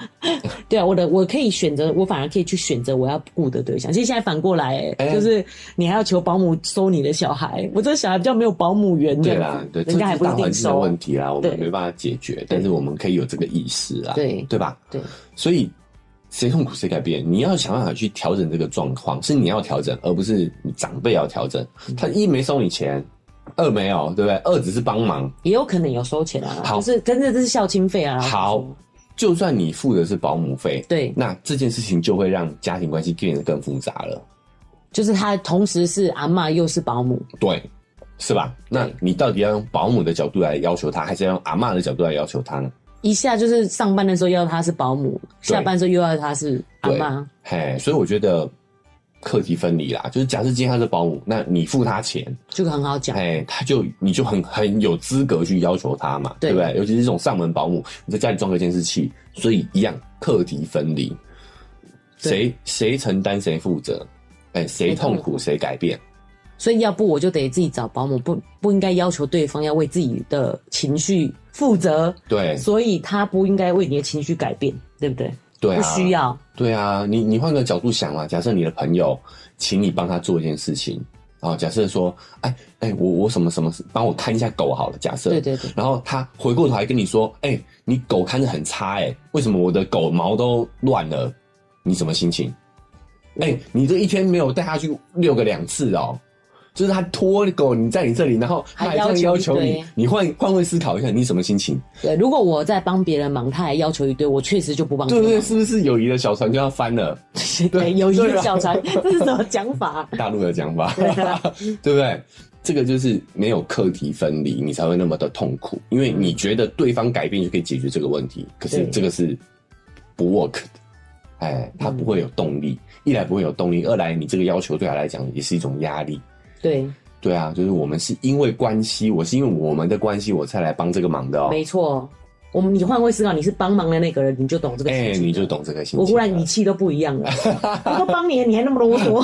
Speaker 1: 对啊，我的我可以选择，我反而可以去选择我要雇的对象。其实现在反过来、
Speaker 2: 哎
Speaker 1: 就是你还要求保姆收你的小孩，我这小孩比较没有保姆缘
Speaker 2: 对
Speaker 1: 这
Speaker 2: 啦
Speaker 1: 样子，
Speaker 2: 对，
Speaker 1: 人家还
Speaker 2: 这
Speaker 1: 不
Speaker 2: 是
Speaker 1: 一
Speaker 2: 大环
Speaker 1: 定
Speaker 2: 境的
Speaker 1: 收啊
Speaker 2: 问。题啦，我
Speaker 1: 对
Speaker 2: 们没办法解决，但是我们可以有这个意识啦，
Speaker 1: 对
Speaker 2: 对吧？
Speaker 1: 对，
Speaker 2: 所以谁痛苦谁改变，你要想办法去调整这个状况，是你要调整，而不是你长辈要调整。他一没收你钱，二没有，对不对？二只是帮忙。
Speaker 1: 也有可能有收钱啊，
Speaker 2: 好
Speaker 1: 就是真的这是孝亲费啊。
Speaker 2: 好，就算你付的是保姆费，
Speaker 1: 对，
Speaker 2: 那这件事情就会让家庭关系变得更复杂了，
Speaker 1: 就是他同时是阿嬷又是保姆，
Speaker 2: 对。是吧？那
Speaker 1: 对
Speaker 2: 你到底要用保姆的角度来要求他，还是要用阿嬷的角度来要求他呢？
Speaker 1: 一下就是上班的时候要他是保姆，
Speaker 2: 对
Speaker 1: 下班的时候又要他是阿
Speaker 2: 对
Speaker 1: 嬷。
Speaker 2: 嘿，所以我觉得课题分离啦，就是假设今天他是保姆，那你付他钱，
Speaker 1: 就很好讲。
Speaker 2: 哎，他就你就很很有资格去要求他嘛，
Speaker 1: 对
Speaker 2: 对不对？尤其是这种上门保姆，你在家里装个监视器，所以一样课题分离，
Speaker 1: 对
Speaker 2: 谁谁承担谁负责，哎，谁痛
Speaker 1: 谁痛苦
Speaker 2: 苦谁改变，
Speaker 1: 所以要不我就得自己找保姆，不不应该要求对方要为自己的情绪负责，
Speaker 2: 对
Speaker 1: 所以他不应该为你的情绪改变，对不对？
Speaker 2: 对啊，
Speaker 1: 不需要，
Speaker 2: 对啊，你你换个角度想啊，假设你的朋友请你帮他做一件事情，啊，假设说，哎哎，我我什么什么事，帮我看一下狗好了，假设，
Speaker 1: 对对对，
Speaker 2: 然后他回过头来跟你说，哎、你狗看着很差、哎，为什么我的狗毛都乱了？你什么心情？哎、你这一天没有带它去遛个两次哦，就是它拖狗你在你这里，然后它
Speaker 1: 还
Speaker 2: 还这样
Speaker 1: 要
Speaker 2: 要
Speaker 1: 求
Speaker 2: 求
Speaker 1: 一堆
Speaker 2: 你，你换换位思考一下，你什么心情？
Speaker 1: 对。如果我在帮别人忙，他还要求一堆，我确实就不帮。
Speaker 2: 哦对不对？是不是友谊的小船就要翻了？
Speaker 1: 对
Speaker 2: 对
Speaker 1: 有一
Speaker 2: 对
Speaker 1: 个
Speaker 2: 啊
Speaker 1: 小 船，这是什么讲法？
Speaker 2: 大陆的 讲法，
Speaker 1: 啊
Speaker 2: 对不对？这个就是没有课题分离，你才会那么的痛苦，因为你觉得对方改变就可以解决这个问题，可是
Speaker 1: 对
Speaker 2: 这个是不 work 的，哎，他不会有动力，
Speaker 1: 嗯
Speaker 2: 一来不会有动力，二来你这个要求对他来讲也是一种压力。
Speaker 1: 对，
Speaker 2: 对啊，就是我们是因为关系，我是因为我们的关系，我才来帮这个忙的哦。
Speaker 1: 没错。我们你换位思考，你是帮忙的那个人，你就懂这个
Speaker 2: 哎、
Speaker 1: 心情。
Speaker 2: 你就懂这个心情了。
Speaker 1: 我忽然语气都不一样 了，我都帮你了，你还那么啰嗦。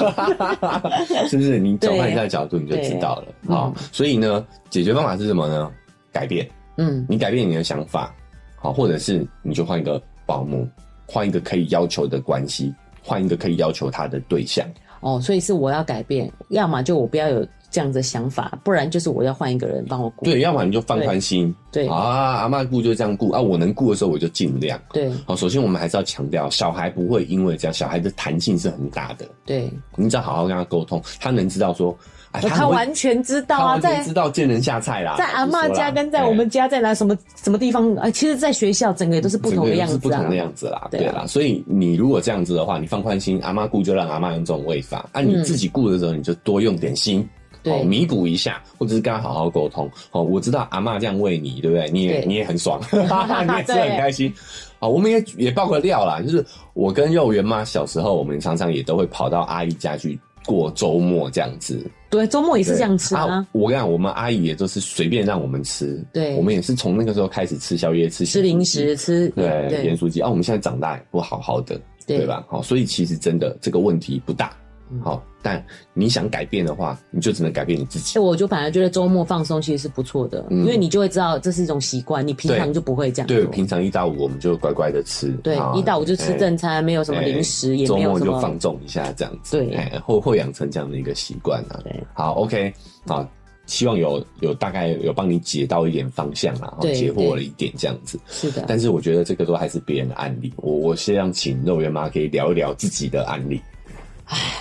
Speaker 2: 是不是？你转换一下角度，你就知道了。
Speaker 1: 对
Speaker 2: 好，所以呢，解决方法是什么呢？改变。
Speaker 1: 嗯，
Speaker 2: 你改变你的想法，好，或者是你就换一个保姆，换一个可以要求的关系，换一个可以要求他的对象。
Speaker 1: 哦，所以是我要改变，要么就我不要有这样的想法，不然就是我要换一个人帮我顾。
Speaker 2: 对，要不然你就放宽心，
Speaker 1: 对
Speaker 2: 啊，阿妈顾就这样顾啊，我能顾的时候我就尽量。
Speaker 1: 对
Speaker 2: 好，首先我们还是要强调，小孩不会因为这样，小孩的弹性是很大的，
Speaker 1: 对，
Speaker 2: 你只要好好跟他沟通，他能知道说，啊，
Speaker 1: 他
Speaker 2: 很会
Speaker 1: 完全知道
Speaker 2: 他
Speaker 1: 啊，
Speaker 2: 完全
Speaker 1: 在
Speaker 2: 知道见人下菜啦，哎
Speaker 1: 在阿嬷
Speaker 2: 嬷
Speaker 1: 家跟在我们家在哪什么什么地方啊，其实，在学校整个也都是不同的样
Speaker 2: 是不
Speaker 1: 子
Speaker 2: 同
Speaker 1: 啊
Speaker 2: 的。样子啦，
Speaker 1: 对
Speaker 2: 对
Speaker 1: 啊
Speaker 2: 啦，所以你如果这样子的话，你放宽心，阿妈顾就让阿妈用这种喂法，啊，你
Speaker 1: 嗯
Speaker 2: 自己顾的时候你就多用点心。
Speaker 1: 对
Speaker 2: 哦弥补一下，或者是跟他好好沟通。哦，我知道阿嬷这样喂你，对不对？你也
Speaker 1: 对
Speaker 2: 你也很 爽，哈哈，你也吃得很开心。好，我们也也爆个料啦，就是我跟幼儿园妈小时候，我们常常也都会跑到阿姨家去过周末这样子。
Speaker 1: 对，周末也是
Speaker 2: 对
Speaker 1: 这样吃啊。
Speaker 2: 我跟你讲，我们阿姨也都是随便让我们吃，
Speaker 1: 对
Speaker 2: 我们也是从那个时候开始吃宵夜、吃
Speaker 1: 吃
Speaker 2: 咸酥
Speaker 1: 零
Speaker 2: 鸡
Speaker 1: 食，吃
Speaker 2: 对，
Speaker 1: 对
Speaker 2: 盐酥鸡啊，我们现在长大也不好好的，
Speaker 1: 对
Speaker 2: 对吧？好，所以其实真的这个问题不大
Speaker 1: 嗯，
Speaker 2: 好，但你想改变的话，你就只能改变你自己
Speaker 1: 哎，。我就反而觉得周末放松其实是不错的，
Speaker 2: 嗯
Speaker 1: 因为你就会知道这是一种习惯，你平常
Speaker 2: 对
Speaker 1: 就不会这样做。
Speaker 2: 对，平常一到五我们就乖乖的吃，
Speaker 1: 对
Speaker 2: 啊
Speaker 1: 一到五就吃正餐，没有什么
Speaker 2: 哎
Speaker 1: 零食，也
Speaker 2: 周
Speaker 1: 没有
Speaker 2: 末
Speaker 1: 什
Speaker 2: 就
Speaker 1: 么
Speaker 2: 放纵一下这样子，
Speaker 1: 对
Speaker 2: 哎会会养成这样的一个习惯啊
Speaker 1: 对。
Speaker 2: 好，OK，好，希望有有大概有帮你解到一点方向啦，哦
Speaker 1: 对
Speaker 2: 解惑
Speaker 1: 对嗯
Speaker 2: 了一点这样子。
Speaker 1: 是的，
Speaker 2: 但是我觉得这个都还是别人的案例，我我希望请肉圆妈可以聊一聊自己的案例。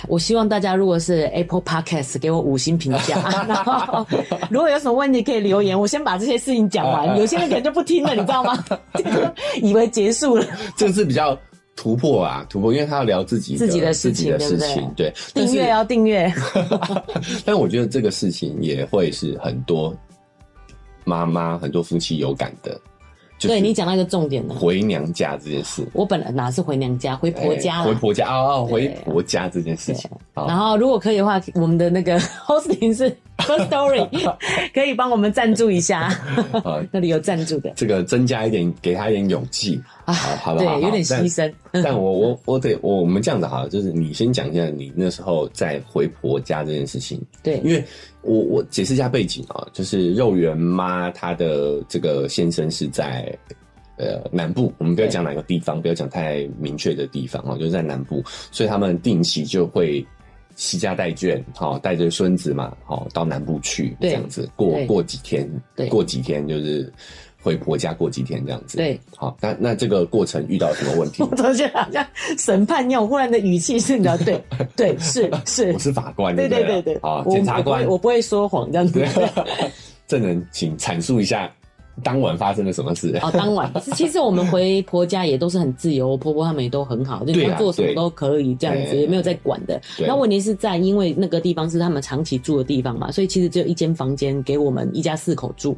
Speaker 1: 我希望大家如果是 Apple Podcast 给我五星评价， 然后如果有什么问题可以留言。我先把这些事情讲
Speaker 2: 哎
Speaker 1: 完，
Speaker 2: 哎
Speaker 1: 有些人可能就不听了，你知道吗？ 以为结束 了。
Speaker 2: 这是比较突破啊，突破，因为他要聊自己
Speaker 1: 自己的事
Speaker 2: 自己的
Speaker 1: 情
Speaker 2: 事
Speaker 1: 对不
Speaker 2: 情，对。但
Speaker 1: 订阅啊
Speaker 2: 是，
Speaker 1: 要订阅，
Speaker 2: 但我觉得这个事情也会是很多妈妈、很多夫妻有感的，就是
Speaker 1: 对你讲到一个重点了。
Speaker 2: 回娘家这件事，
Speaker 1: 我本来哪是回娘家，回婆家
Speaker 2: 哎回
Speaker 1: 啦。
Speaker 2: 婆家哦哦，回婆家这件事情，好
Speaker 1: 然后如果可以的话，我们的那个 hosting 是 First Story，可以帮我们赞助一下，
Speaker 2: 啊，
Speaker 1: 那里有赞助的。
Speaker 2: 这个增加一点，给他一点勇气，
Speaker 1: 啊
Speaker 2: 好好
Speaker 1: 对
Speaker 2: 吧，好
Speaker 1: 有点
Speaker 2: 但
Speaker 1: 牺牲
Speaker 2: 但我我我得我我们这样子好了，就是你先讲一下你那时候在回婆家这件事情，
Speaker 1: 对，
Speaker 2: 因为我我解释一下背景啊、就是肉圆妈她的这个先生是在呃南部，我们不要讲哪个地方，不要讲太明确的地方哦，就是在南部，所以他们定期就会携家带眷，好、带着孙子嘛，好、到南部去
Speaker 1: 对
Speaker 2: 这样子过
Speaker 1: 对
Speaker 2: 过几天
Speaker 1: 对，
Speaker 2: 过几天就是回婆家过几天这样子。
Speaker 1: 对，
Speaker 2: 好，那那这个过程遇到什么问题
Speaker 1: 我？总觉得好像审判一样，我忽然的语气是，你知道， 对对是是
Speaker 2: 我，是法官，
Speaker 1: 对
Speaker 2: 对
Speaker 1: 对
Speaker 2: 不
Speaker 1: 对对，
Speaker 2: 好，
Speaker 1: 我
Speaker 2: 检察
Speaker 1: 我不会
Speaker 2: 官，
Speaker 1: 我不会说谎这样子
Speaker 2: 对。， 证人，请阐述一下当晚发生了什么事。
Speaker 1: 哦，当晚 其实我们回婆家也都是很自由，我婆婆他们也都很好，就你
Speaker 2: 对啊
Speaker 1: 要做什么
Speaker 2: 对
Speaker 1: 都可以这样子，
Speaker 2: 哎
Speaker 1: 也没有在管的。
Speaker 2: 对
Speaker 1: 那问题是在，因为那个地方是他们长期住的地方嘛，所以其实只有一间房间给我们一家四口住。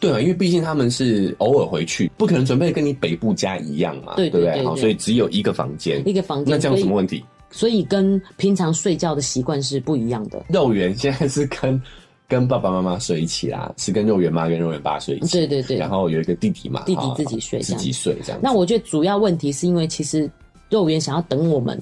Speaker 2: 对啊，因为毕竟他们是偶尔回去，不可能准备跟你北部家一样嘛，
Speaker 1: 对
Speaker 2: 不
Speaker 1: 对对
Speaker 2: 对？好，
Speaker 1: 对
Speaker 2: 所以只有一个房间
Speaker 1: 一。个房间，
Speaker 2: 那这样有什么
Speaker 1: 所以
Speaker 2: 问题？
Speaker 1: 所以跟平常睡觉的习惯是不一样的。
Speaker 2: 肉圆现在是跟跟爸爸妈妈睡一起啦，是跟肉圆妈跟肉圆爸睡一起。
Speaker 1: 对对对
Speaker 2: 然后有一个弟弟嘛，
Speaker 1: 弟弟
Speaker 2: 好
Speaker 1: 自己睡这
Speaker 2: 自
Speaker 1: 样
Speaker 2: 己睡这样子。
Speaker 1: 那我觉得主要问题是因为其实肉圆想要等我们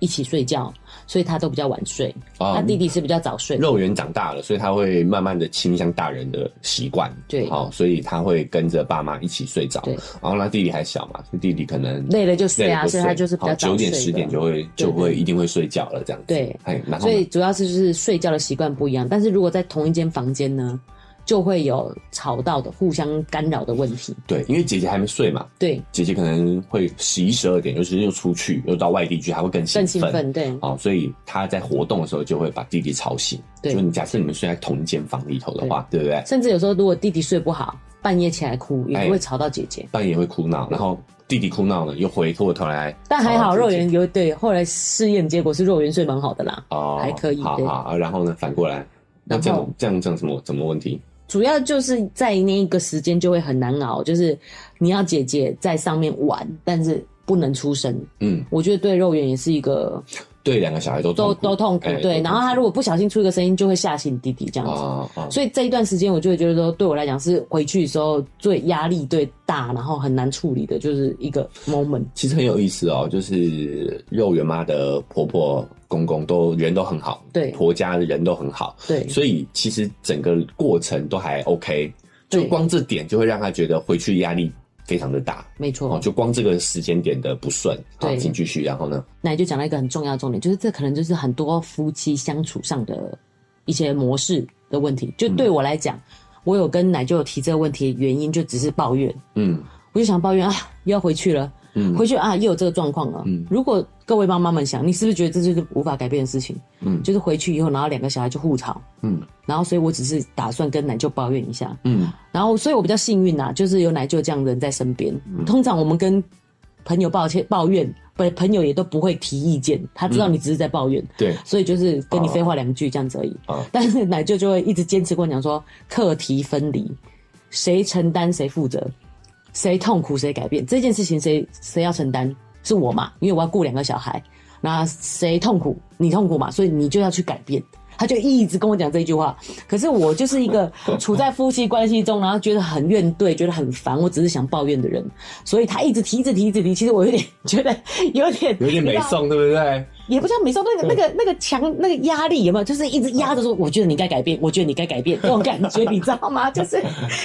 Speaker 1: 一起睡觉，所以他都比较晚睡。
Speaker 2: 啊嗯
Speaker 1: 那弟弟是比较早睡。
Speaker 2: 肉圆长大了，所以他会慢慢的倾向大人的习惯，
Speaker 1: 对
Speaker 2: 好、所以他会跟着爸妈一起睡着
Speaker 1: 对。
Speaker 2: 然后那弟弟还小嘛，所以弟弟可能
Speaker 1: 累了就睡
Speaker 2: 累
Speaker 1: 啊，
Speaker 2: 了
Speaker 1: 所以他就是比较
Speaker 2: 好
Speaker 1: 早
Speaker 2: 九点
Speaker 1: 睡
Speaker 2: 十
Speaker 1: 的
Speaker 2: 点就会就
Speaker 1: 对
Speaker 2: 会一定会睡觉了这样子。
Speaker 1: 对
Speaker 2: 哎，然后
Speaker 1: 所
Speaker 2: 呢
Speaker 1: 以主要是就是睡觉的习惯不一样，但是如果在同一间房间呢，就会有吵到的、互相干扰的问题。
Speaker 2: 对，因为姐姐还没睡嘛，
Speaker 1: 对，
Speaker 2: 姐姐可能会十一十二点，尤其是又出去又到外地去，还会更
Speaker 1: 更
Speaker 2: 兴
Speaker 1: 兴
Speaker 2: 奋。
Speaker 1: 奋，对
Speaker 2: 哦，所以她在活动的时候就会把弟弟吵醒。
Speaker 1: 对
Speaker 2: 就你假设你们睡在同一间房里头的话，对不对？
Speaker 1: 甚至有时候如果弟弟睡不好，半夜起来哭也
Speaker 2: 哎
Speaker 1: 会吵到姐姐。
Speaker 2: 半夜会哭闹，然后弟弟哭闹了，又回过头来吵到姐姐。
Speaker 1: 但还好肉圆有对，后来试验结果是肉圆睡蛮好的啦，
Speaker 2: 哦，
Speaker 1: 还可以
Speaker 2: 好
Speaker 1: 对
Speaker 2: 好，啊然后呢，反过来，那
Speaker 1: 然
Speaker 2: 这
Speaker 1: 后
Speaker 2: 样这样这样什么什么问题？
Speaker 1: 主要就是在那一个时间就会很难熬，就是你要姐姐在上面玩，但是不能出声。
Speaker 2: 嗯，
Speaker 1: 我觉得对肉圆也是一个
Speaker 2: 对，两个小孩都
Speaker 1: 都
Speaker 2: 痛苦
Speaker 1: 都痛苦
Speaker 2: 哎，
Speaker 1: 对。
Speaker 2: 都
Speaker 1: 然后他如果不小心出一个声音，就会吓醒弟弟这样子。
Speaker 2: 啊啊，
Speaker 1: 所以这一段时间，我就会觉得说，对我来讲是回去的时候最压力最大，然后很难处理的，就是一个 moment。
Speaker 2: 其实很有意思哦，就是肉圆妈的婆婆、公公都人都很好，
Speaker 1: 对
Speaker 2: 婆家的人都很好，
Speaker 1: 对
Speaker 2: 所以其实整个过程都还 OK，
Speaker 1: 对
Speaker 2: 就光这点就会让她觉得回去压力非常的大
Speaker 1: 没
Speaker 2: 哦，
Speaker 1: 错。
Speaker 2: 就光这个时间点的不顺，好
Speaker 1: 对，
Speaker 2: 请继续，然后呢，
Speaker 1: 那你就讲到一个很重要的重点，就是这可能就是很多夫妻相处上的一些模式的问题。就
Speaker 2: 嗯
Speaker 1: 对我来讲，我有跟奶舅有提这个问题，原因就只是抱怨，
Speaker 2: 嗯
Speaker 1: 我就想抱怨啊，又要回去了，
Speaker 2: 嗯
Speaker 1: 回去啊又有这个状况了。
Speaker 2: 嗯
Speaker 1: 如果各位妈妈们想，你是不是觉得这就是无法改变的事情？
Speaker 2: 嗯
Speaker 1: 就是回去以后，然后两个小孩就互吵，
Speaker 2: 嗯
Speaker 1: 然后所以我只是打算跟奶舅抱怨一下，
Speaker 2: 嗯
Speaker 1: 然后，所以我比较幸运呐、啊就是有奶舅这样的人在身边。通常我们跟朋友抱歉抱怨，不，朋友也都不会提意见，他知道你只是在抱怨，
Speaker 2: 对
Speaker 1: 所以就是啊跟你废话两句这样子而已。
Speaker 2: 啊
Speaker 1: 但是奶舅就会一直坚持跟我讲说，课题分离，谁承担谁负责，谁痛苦谁改变这件事情谁谁要承担是我嘛，因为我要顾两个小孩，那谁痛苦你痛苦嘛，所以你就要去改变。他就一直跟我讲这句话，可是我就是一 个处在夫妻关系中，然后觉得很怨怼，觉得很烦，我只是想抱怨的人，所以他一直提，一直提，一直提。其实我有点觉得有点
Speaker 2: 有点美颂，对不对？
Speaker 1: 也不叫没受那个那个那个强那个压力有没有？就是一直压着说，我觉得你该改变，我觉得你该改变这种感觉，你知道 吗？就是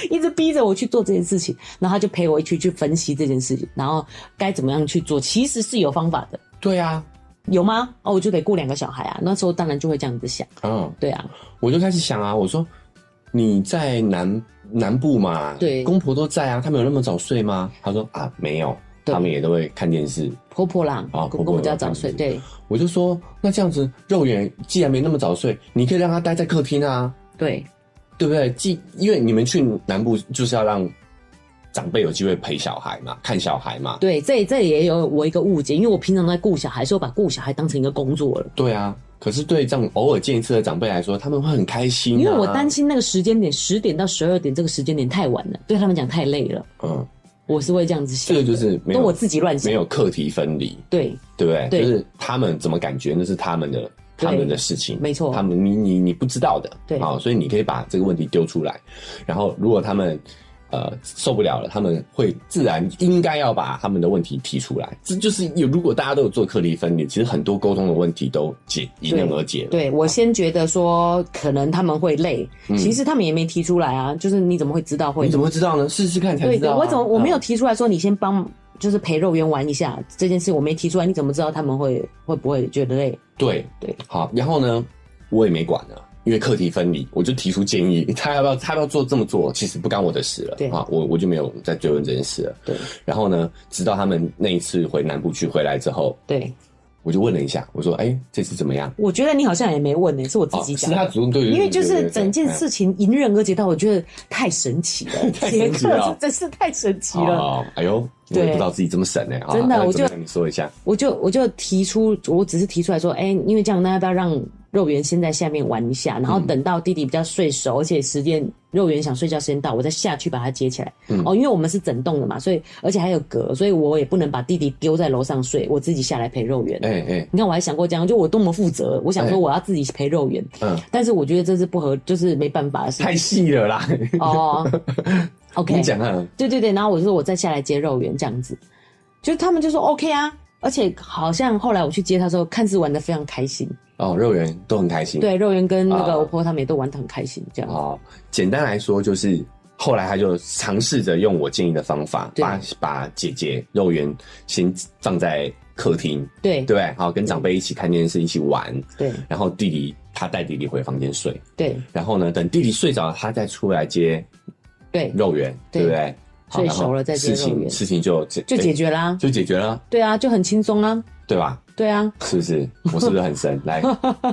Speaker 1: 一直逼着我去做这件事情，然后他就陪我一起去分析这件事情，然后该怎么样去做，其实是有方法的，
Speaker 2: 对啊，
Speaker 1: 有吗？哦，我就得顾两个小孩啊，那时候当然就会这样子想，
Speaker 2: 嗯，
Speaker 1: 对啊，
Speaker 2: 我就开始想啊，我说你在南南部嘛，
Speaker 1: 对
Speaker 2: 公婆都在啊，他们有那么早睡吗？他说啊，没有，
Speaker 1: 对
Speaker 2: 他们也都会看电视。
Speaker 1: 婆婆啦，
Speaker 2: 啊
Speaker 1: 公
Speaker 2: 婆嗯
Speaker 1: 公
Speaker 2: 婆
Speaker 1: 比较早睡，
Speaker 2: 这
Speaker 1: 对
Speaker 2: 我就说，那这样子，肉圆既然没那么早睡，你可以让他待在客厅啊，
Speaker 1: 对
Speaker 2: 对不对？既因为你们去南部就是要让长辈有机会陪小孩嘛，看小孩嘛，
Speaker 1: 对，这这也有我一个误解，因为我平常在顾小孩，所以我把顾小孩当成一个工作了。
Speaker 2: 对啊。可是对这种偶尔见一次的长辈来说，他们会很开心、啊，
Speaker 1: 因为我担，心那个时间点，十点到十二点这个时间点太晚了，对他们讲太累了，
Speaker 2: 嗯，
Speaker 1: 我是会这样子想
Speaker 2: 这
Speaker 1: 的。
Speaker 2: 个就是没
Speaker 1: 跟我
Speaker 2: 有
Speaker 1: 自己乱
Speaker 2: 没
Speaker 1: 想。
Speaker 2: 有课题分离，
Speaker 1: 对，
Speaker 2: 对不对？
Speaker 1: 对
Speaker 2: 就是他们怎么感觉那是他们的
Speaker 1: 对
Speaker 2: 他们的事情，
Speaker 1: 没错
Speaker 2: 他们你你你不知道的，
Speaker 1: 对
Speaker 2: 好、所以你可以把这个问题丢出来，然后如果他们呃受不了了，他们会自然应该要把他们的问题提出来。这就是有如果大家都有做课题分离，其实很多沟通的问题都解迎刃而解了。
Speaker 1: 对我先觉得说可能他们会累，其实他们也没提出来啊，就是你怎么会知道会
Speaker 2: 嗯你？怎么会知道呢？试试看才
Speaker 1: 对
Speaker 2: 知道
Speaker 1: 对，
Speaker 2: 啊、
Speaker 1: 我怎么我没有
Speaker 2: 嗯
Speaker 1: 提出来说你先帮，就是陪肉圆玩一下这件事，我没提出来，你怎么知道他们会会不会觉得累？
Speaker 2: 对
Speaker 1: 对，
Speaker 2: 好，然后呢，我也没管了。因为课题分离，我就提出建议， 他要不要他要不要做这么做，其实不干我的事了
Speaker 1: 对
Speaker 2: 啊，我我就没有再追问这件事了。
Speaker 1: 对
Speaker 2: 然后呢，直到他们那一次回南部去回来之后，
Speaker 1: 对，
Speaker 2: 我就问了一下，我说：“哎、这次怎么样
Speaker 1: 我觉得你好像也没问呢、欸是我？”自
Speaker 2: 哦，
Speaker 1: 己
Speaker 2: 是
Speaker 1: 讲。
Speaker 2: 他主动对，
Speaker 1: 因为就
Speaker 2: 对对
Speaker 1: 是
Speaker 2: 对
Speaker 1: 整件
Speaker 2: 嗯
Speaker 1: 事情迎刃而解到，我觉得太神奇了，
Speaker 2: 太
Speaker 1: 杰
Speaker 2: 神奇了
Speaker 1: 克是 真是太神奇了。
Speaker 2: 哦，哎呦，我
Speaker 1: 对
Speaker 2: 也不知道自己这么神呢、啊
Speaker 1: 真的
Speaker 2: 那
Speaker 1: 我就
Speaker 2: 跟你说一下，
Speaker 1: 我就我就提出，我只是提出来说，哎、因为这样，那要不要让肉圆先在下面玩一下，然
Speaker 2: 嗯
Speaker 1: 后等到弟弟比较睡熟，而且时间肉圆想睡觉时间到，我再下去把他接起来。
Speaker 2: 嗯
Speaker 1: 哦，因为我们是整栋的嘛，所以而且还有隔，所以我也不能把弟弟丢在楼上睡，我自己下来陪肉圆。
Speaker 2: 哎、哎、
Speaker 1: 你看，我还想过这样，就我多么负责，我想说
Speaker 2: 哎
Speaker 1: 我要自己陪肉圆，
Speaker 2: 嗯，
Speaker 1: 但是我觉得这是不合，就是没办法的事
Speaker 2: 太细 了啦。
Speaker 1: 哦。OK，
Speaker 2: 你讲啊，
Speaker 1: 对对对，然后我就说我再下来接肉圆这样子，就他们就说 OK 啊，而且好像后来我去接他的时候，看似玩的非常开心，
Speaker 2: 哦，肉圆都很开心。
Speaker 1: 对，肉圆跟那
Speaker 2: 啊
Speaker 1: 个我婆婆他们也都玩的很开心，这样
Speaker 2: 哦，简单来说就是，后来他就尝试着用我建议的方法，
Speaker 1: 对
Speaker 2: 把把姐姐肉圆先放在客厅，
Speaker 1: 对
Speaker 2: 对不对？好，跟长辈一起看电视，一起玩，
Speaker 1: 对
Speaker 2: 然后弟弟他带弟弟回房间睡，
Speaker 1: 对
Speaker 2: 然后呢，等弟弟睡着了，他再出来接
Speaker 1: 对，
Speaker 2: 肉圆，
Speaker 1: 对
Speaker 2: 对不对？好
Speaker 1: 睡
Speaker 2: 然后
Speaker 1: 熟了再接
Speaker 2: 事
Speaker 1: 肉圆
Speaker 2: 情事情就解
Speaker 1: 就解决啦，
Speaker 2: 就解决了，
Speaker 1: 对啊，就很轻松啊，
Speaker 2: 对吧？
Speaker 1: 对啊，
Speaker 2: 是不是？我是不是很神？ 来，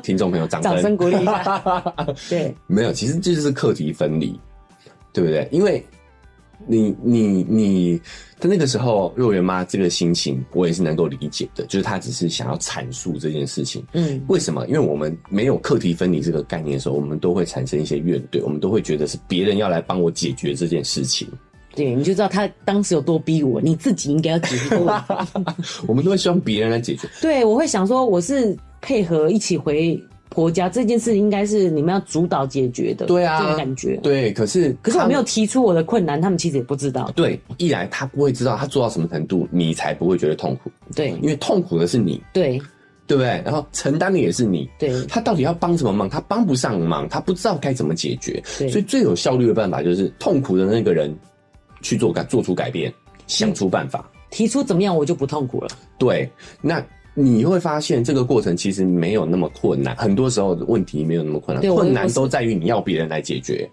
Speaker 2: 听众朋友，掌声
Speaker 1: 掌声鼓励一下 对
Speaker 2: 没有，其实这就是课题分离，对不对？因为你你你，在那个时候，肉圆妈这个心情，我也是能够理解的，就是她只是想要阐述这件事情。
Speaker 1: 嗯，
Speaker 2: 为什么？因为我们没有课题分离这个概念的时候，我们都会产生一些怨怼，我们都会觉得是别人要来帮我解决这件事情，
Speaker 1: 对，你就知道他当时有多逼我，你自己应该要解 决这个问题。
Speaker 2: 我们都会希望别人来解决。
Speaker 1: 对，我会想说我是配合一起回婆家这件事，应该是你们要主导解决的，
Speaker 2: 对啊
Speaker 1: 这种感觉，
Speaker 2: 对，可是
Speaker 1: 可是我
Speaker 2: 他
Speaker 1: 没
Speaker 2: 们
Speaker 1: 有提出我的困难，他们其实也不知道。
Speaker 2: 对，一来他不会知道他做到什么程度，你才不会觉得痛苦，
Speaker 1: 对
Speaker 2: 因为痛苦的是你，
Speaker 1: 对
Speaker 2: 对不对？然后承担的也是你，
Speaker 1: 对
Speaker 2: 他到底要帮什么忙？他帮不上忙，他不知道该怎么解决。
Speaker 1: 对，
Speaker 2: 所以最有效率的办法就是痛苦的那个人去做改，做出改变，想出办法。
Speaker 1: 提出怎么样我就不痛苦了。
Speaker 2: 对，那你会发现这个过程其实没有那么困难，很多时候问题没有那么困难，
Speaker 1: 对我
Speaker 2: 困难
Speaker 1: 我是
Speaker 2: 都在于你要别人来解决。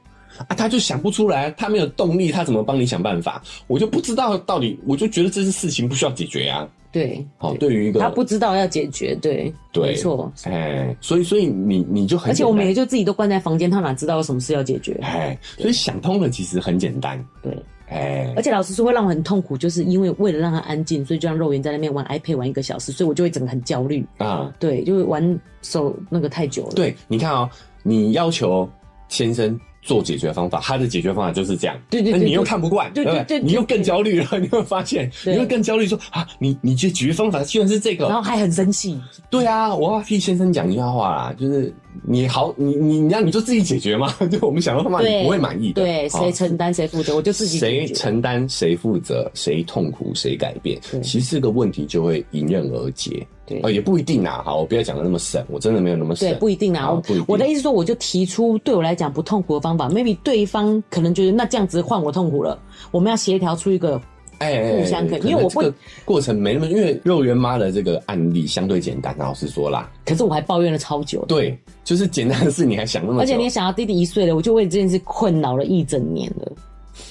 Speaker 2: 啊，他就想不出来，他没有动力，他怎么帮你想办法？我就不知道到底，我就觉得这是事情不需要解决啊。
Speaker 1: 对，
Speaker 2: 好，对于一个
Speaker 1: 他不知道要解决，对，
Speaker 2: 对
Speaker 1: 没错。
Speaker 2: 哎，所以所以你你就很
Speaker 1: 而且
Speaker 2: 简
Speaker 1: 我们
Speaker 2: 单
Speaker 1: 也就自己都关在房间，他哪知道有什么事要解决？
Speaker 2: 哎，所以想通了其实很简单。
Speaker 1: 对，
Speaker 2: 哎，
Speaker 1: 而且老师说会让我很痛苦，就是因为为了让他安静，所以就让肉圆在那边玩 iPad 玩一个小时，所以我就会整个很焦虑。
Speaker 2: 啊，
Speaker 1: 对，就会玩手那个太久了。，
Speaker 2: 对，你看哦，你要求先生做解决方法，他的解决方法就是这样。
Speaker 1: 对对
Speaker 2: 那
Speaker 1: 对
Speaker 2: 你又
Speaker 1: 对
Speaker 2: 看不惯，
Speaker 1: 对
Speaker 2: 不
Speaker 1: 对对对
Speaker 2: 你又更焦虑了，你会发现，
Speaker 1: 对
Speaker 2: 你会更焦虑说啊，你你解决方法居然是这
Speaker 1: 然
Speaker 2: 个
Speaker 1: 后，还很生气。
Speaker 2: 对啊，我要替先生讲一句话啦，就是你好，你你你让你就自己解决嘛， 就我们想办法，
Speaker 1: 对
Speaker 2: 你不会满意的，哦
Speaker 1: 对，
Speaker 2: 好
Speaker 1: 谁承担谁负责，我就自己解
Speaker 2: 谁
Speaker 1: 决。
Speaker 2: 承担谁负责，谁痛苦谁改变
Speaker 1: 对，
Speaker 2: 其实这个问题就会迎刃而解。
Speaker 1: 对
Speaker 2: 哦，也不一定啊。好，我不要讲的那么深，我真的没有那么深。
Speaker 1: 对，不一定啦。
Speaker 2: 好
Speaker 1: 我
Speaker 2: 不一定
Speaker 1: 我的意思说，我就提出对我来讲不痛苦的方法，maybe 对方可能觉得那这样子换我痛苦了，我们要协调出一个
Speaker 2: 哎哎，哎
Speaker 1: 互相可
Speaker 2: 可
Speaker 1: 以因为我不
Speaker 2: 能这个过程没那么，因为肉圆妈的这个案例相对简单，老实说啦，
Speaker 1: 可是我还抱怨了超久，
Speaker 2: 对，就是简单的事你还想那么久，
Speaker 1: 而且你也想到弟弟一岁了，我就为这件事困扰了一整年了。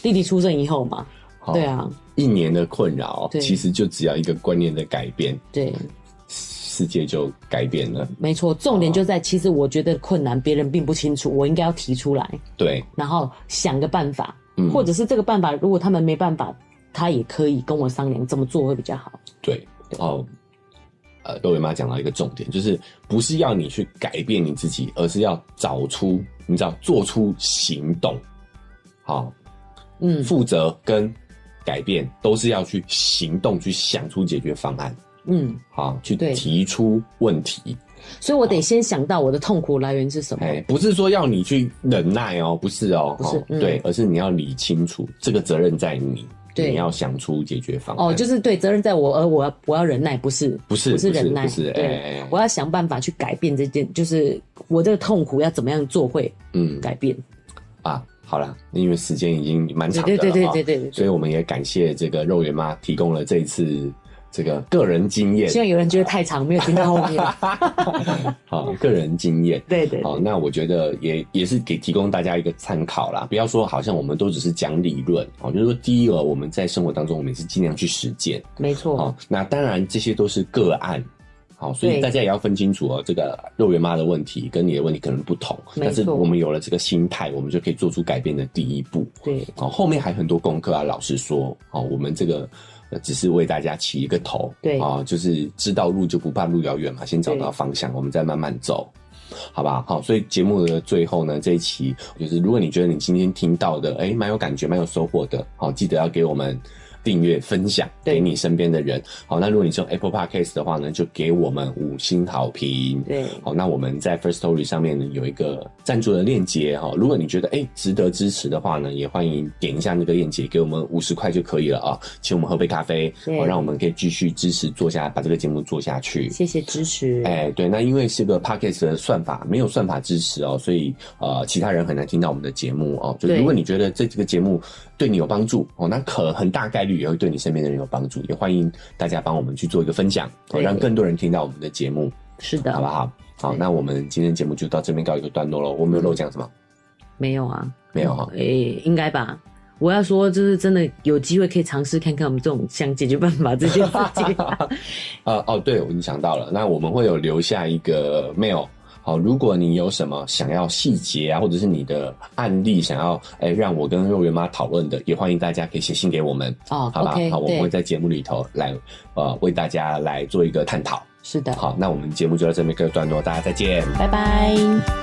Speaker 1: 弟弟出生以后嘛，
Speaker 2: 好
Speaker 1: 对，啊，
Speaker 2: 一年的困扰，
Speaker 1: 对
Speaker 2: 其实就只要一个观念的改变，
Speaker 1: 对，
Speaker 2: 世界就改变了。
Speaker 1: 没错，重点就在其实我觉得困难，别人并不清楚，我应该要提出来，
Speaker 2: 对，
Speaker 1: 然后想个办法，
Speaker 2: 嗯
Speaker 1: 或者是这个办法，如果他们没办法，他也可以跟我商量怎么做会比较好。
Speaker 2: 对，哦，呃，肉圆妈讲到一个重点，就是不是要你去改变你自己，而是要找出，你知道，做出行动。好，
Speaker 1: 嗯
Speaker 2: 负责跟改变都是要去行动，去想出解决方案。
Speaker 1: 嗯，
Speaker 2: 好，去
Speaker 1: 对
Speaker 2: 提出问题，
Speaker 1: 所以我得先想到我的痛苦来源是什么。
Speaker 2: 哎，不是说要你去忍耐哦，不是哦，
Speaker 1: 不是
Speaker 2: 哦
Speaker 1: 嗯
Speaker 2: 对，而是你要理清楚这个责任在你，
Speaker 1: 对
Speaker 2: 你要想出解决方案，
Speaker 1: 哦，就是对责任在我，而我要我要忍耐，不是
Speaker 2: 不是
Speaker 1: 不是
Speaker 2: 不是
Speaker 1: 忍耐，
Speaker 2: 不是
Speaker 1: 对、
Speaker 2: 哎哎哎
Speaker 1: 我要想办法去改变这件，就是我这个痛苦要怎么样做会
Speaker 2: 嗯
Speaker 1: 改变。
Speaker 2: 啊，好啦，因为时间已经蛮长
Speaker 1: 对
Speaker 2: 的了，
Speaker 1: 对对
Speaker 2: 哈
Speaker 1: 对对对对
Speaker 2: 所以我们也感谢这个肉圆妈提供了这一次这个个人经验
Speaker 1: 希，望有人觉得太长没有听到后 面。
Speaker 2: 好，个人经验，
Speaker 1: 对对
Speaker 2: 好，
Speaker 1: 对，
Speaker 2: 那我觉得也也是给提供大家一个参考啦，不要说好像我们都只是讲理论，好，就是说第一个我们在生活当中我们也是尽量去实践，
Speaker 1: 没错
Speaker 2: 好，，那当然这些都是个案。好，所以
Speaker 1: 对
Speaker 2: 大家也要分清楚哦，这个肉圆妈的问题跟你的问题可能不同，
Speaker 1: 没错
Speaker 2: 但是我们有了这个心态，我们就可以做出改变的第一步。
Speaker 1: 对
Speaker 2: 哦，后面还很多功课啊，老实说，哦，我们这个呃只是为大家起一个头，
Speaker 1: 对
Speaker 2: 啊、就是知道路就不怕路遥远嘛，先找到方向，我们再慢慢走。好吧，好，所以节目的最后呢，这一期就是如果你觉得你今天听到的，哎，蛮有感觉，蛮有收获的，好，记得要给我们订阅、分享
Speaker 1: 对
Speaker 2: 给你身边的人。好，那如果你是用 Apple Podcast 的话呢，就给我们五星好评。
Speaker 1: 对
Speaker 2: 好，那我们在 First Story 上面呢有一个赞助的链接哈，如果你觉得哎、诶值得支持的话呢，也欢迎点一下那个链接，给我们五十块就可以了啊，请我们喝杯咖啡，
Speaker 1: 对
Speaker 2: 好，让我们可以继续支持做下把这个节目做下去。
Speaker 1: 谢谢支持。
Speaker 2: 哎，对，那因为是个 podcast 的算法，没有算法支持哦，所以呃，其他人很难听到我们的节目哦。就
Speaker 1: 对
Speaker 2: 如果你觉得这这个节目对你有帮助哦，那可很大概率也会对你身边的人有帮助，也欢迎大家帮我们去做一个分享，哦、
Speaker 1: 对
Speaker 2: 让更多人听到我们的节目。
Speaker 1: 是的，
Speaker 2: 好不好？好，
Speaker 1: 对
Speaker 2: 那我们今天节目就到这边告一个段落了。我们有漏讲什么？
Speaker 1: 没有啊，
Speaker 2: 没有哈。
Speaker 1: 诶、应该吧。我要说，就是真的有机会可以尝试看看我们这种想解决办法这件事 情、
Speaker 2: 呃，哦，对，我已经想到了。那我们会有留下一个 mail。好，如果你有什么想要细节啊，或者是你的案例想要哎让我跟肉圆妈讨论的，也欢迎大家可以写信给我们，
Speaker 1: 哦
Speaker 2: 好吧
Speaker 1: OK，
Speaker 2: 好，我们
Speaker 1: 对
Speaker 2: 会在节目里头来呃为大家来做一个探讨。
Speaker 1: 是的，
Speaker 2: 好，那我们节目就到这边告一个段落，大家再见。
Speaker 1: 拜拜。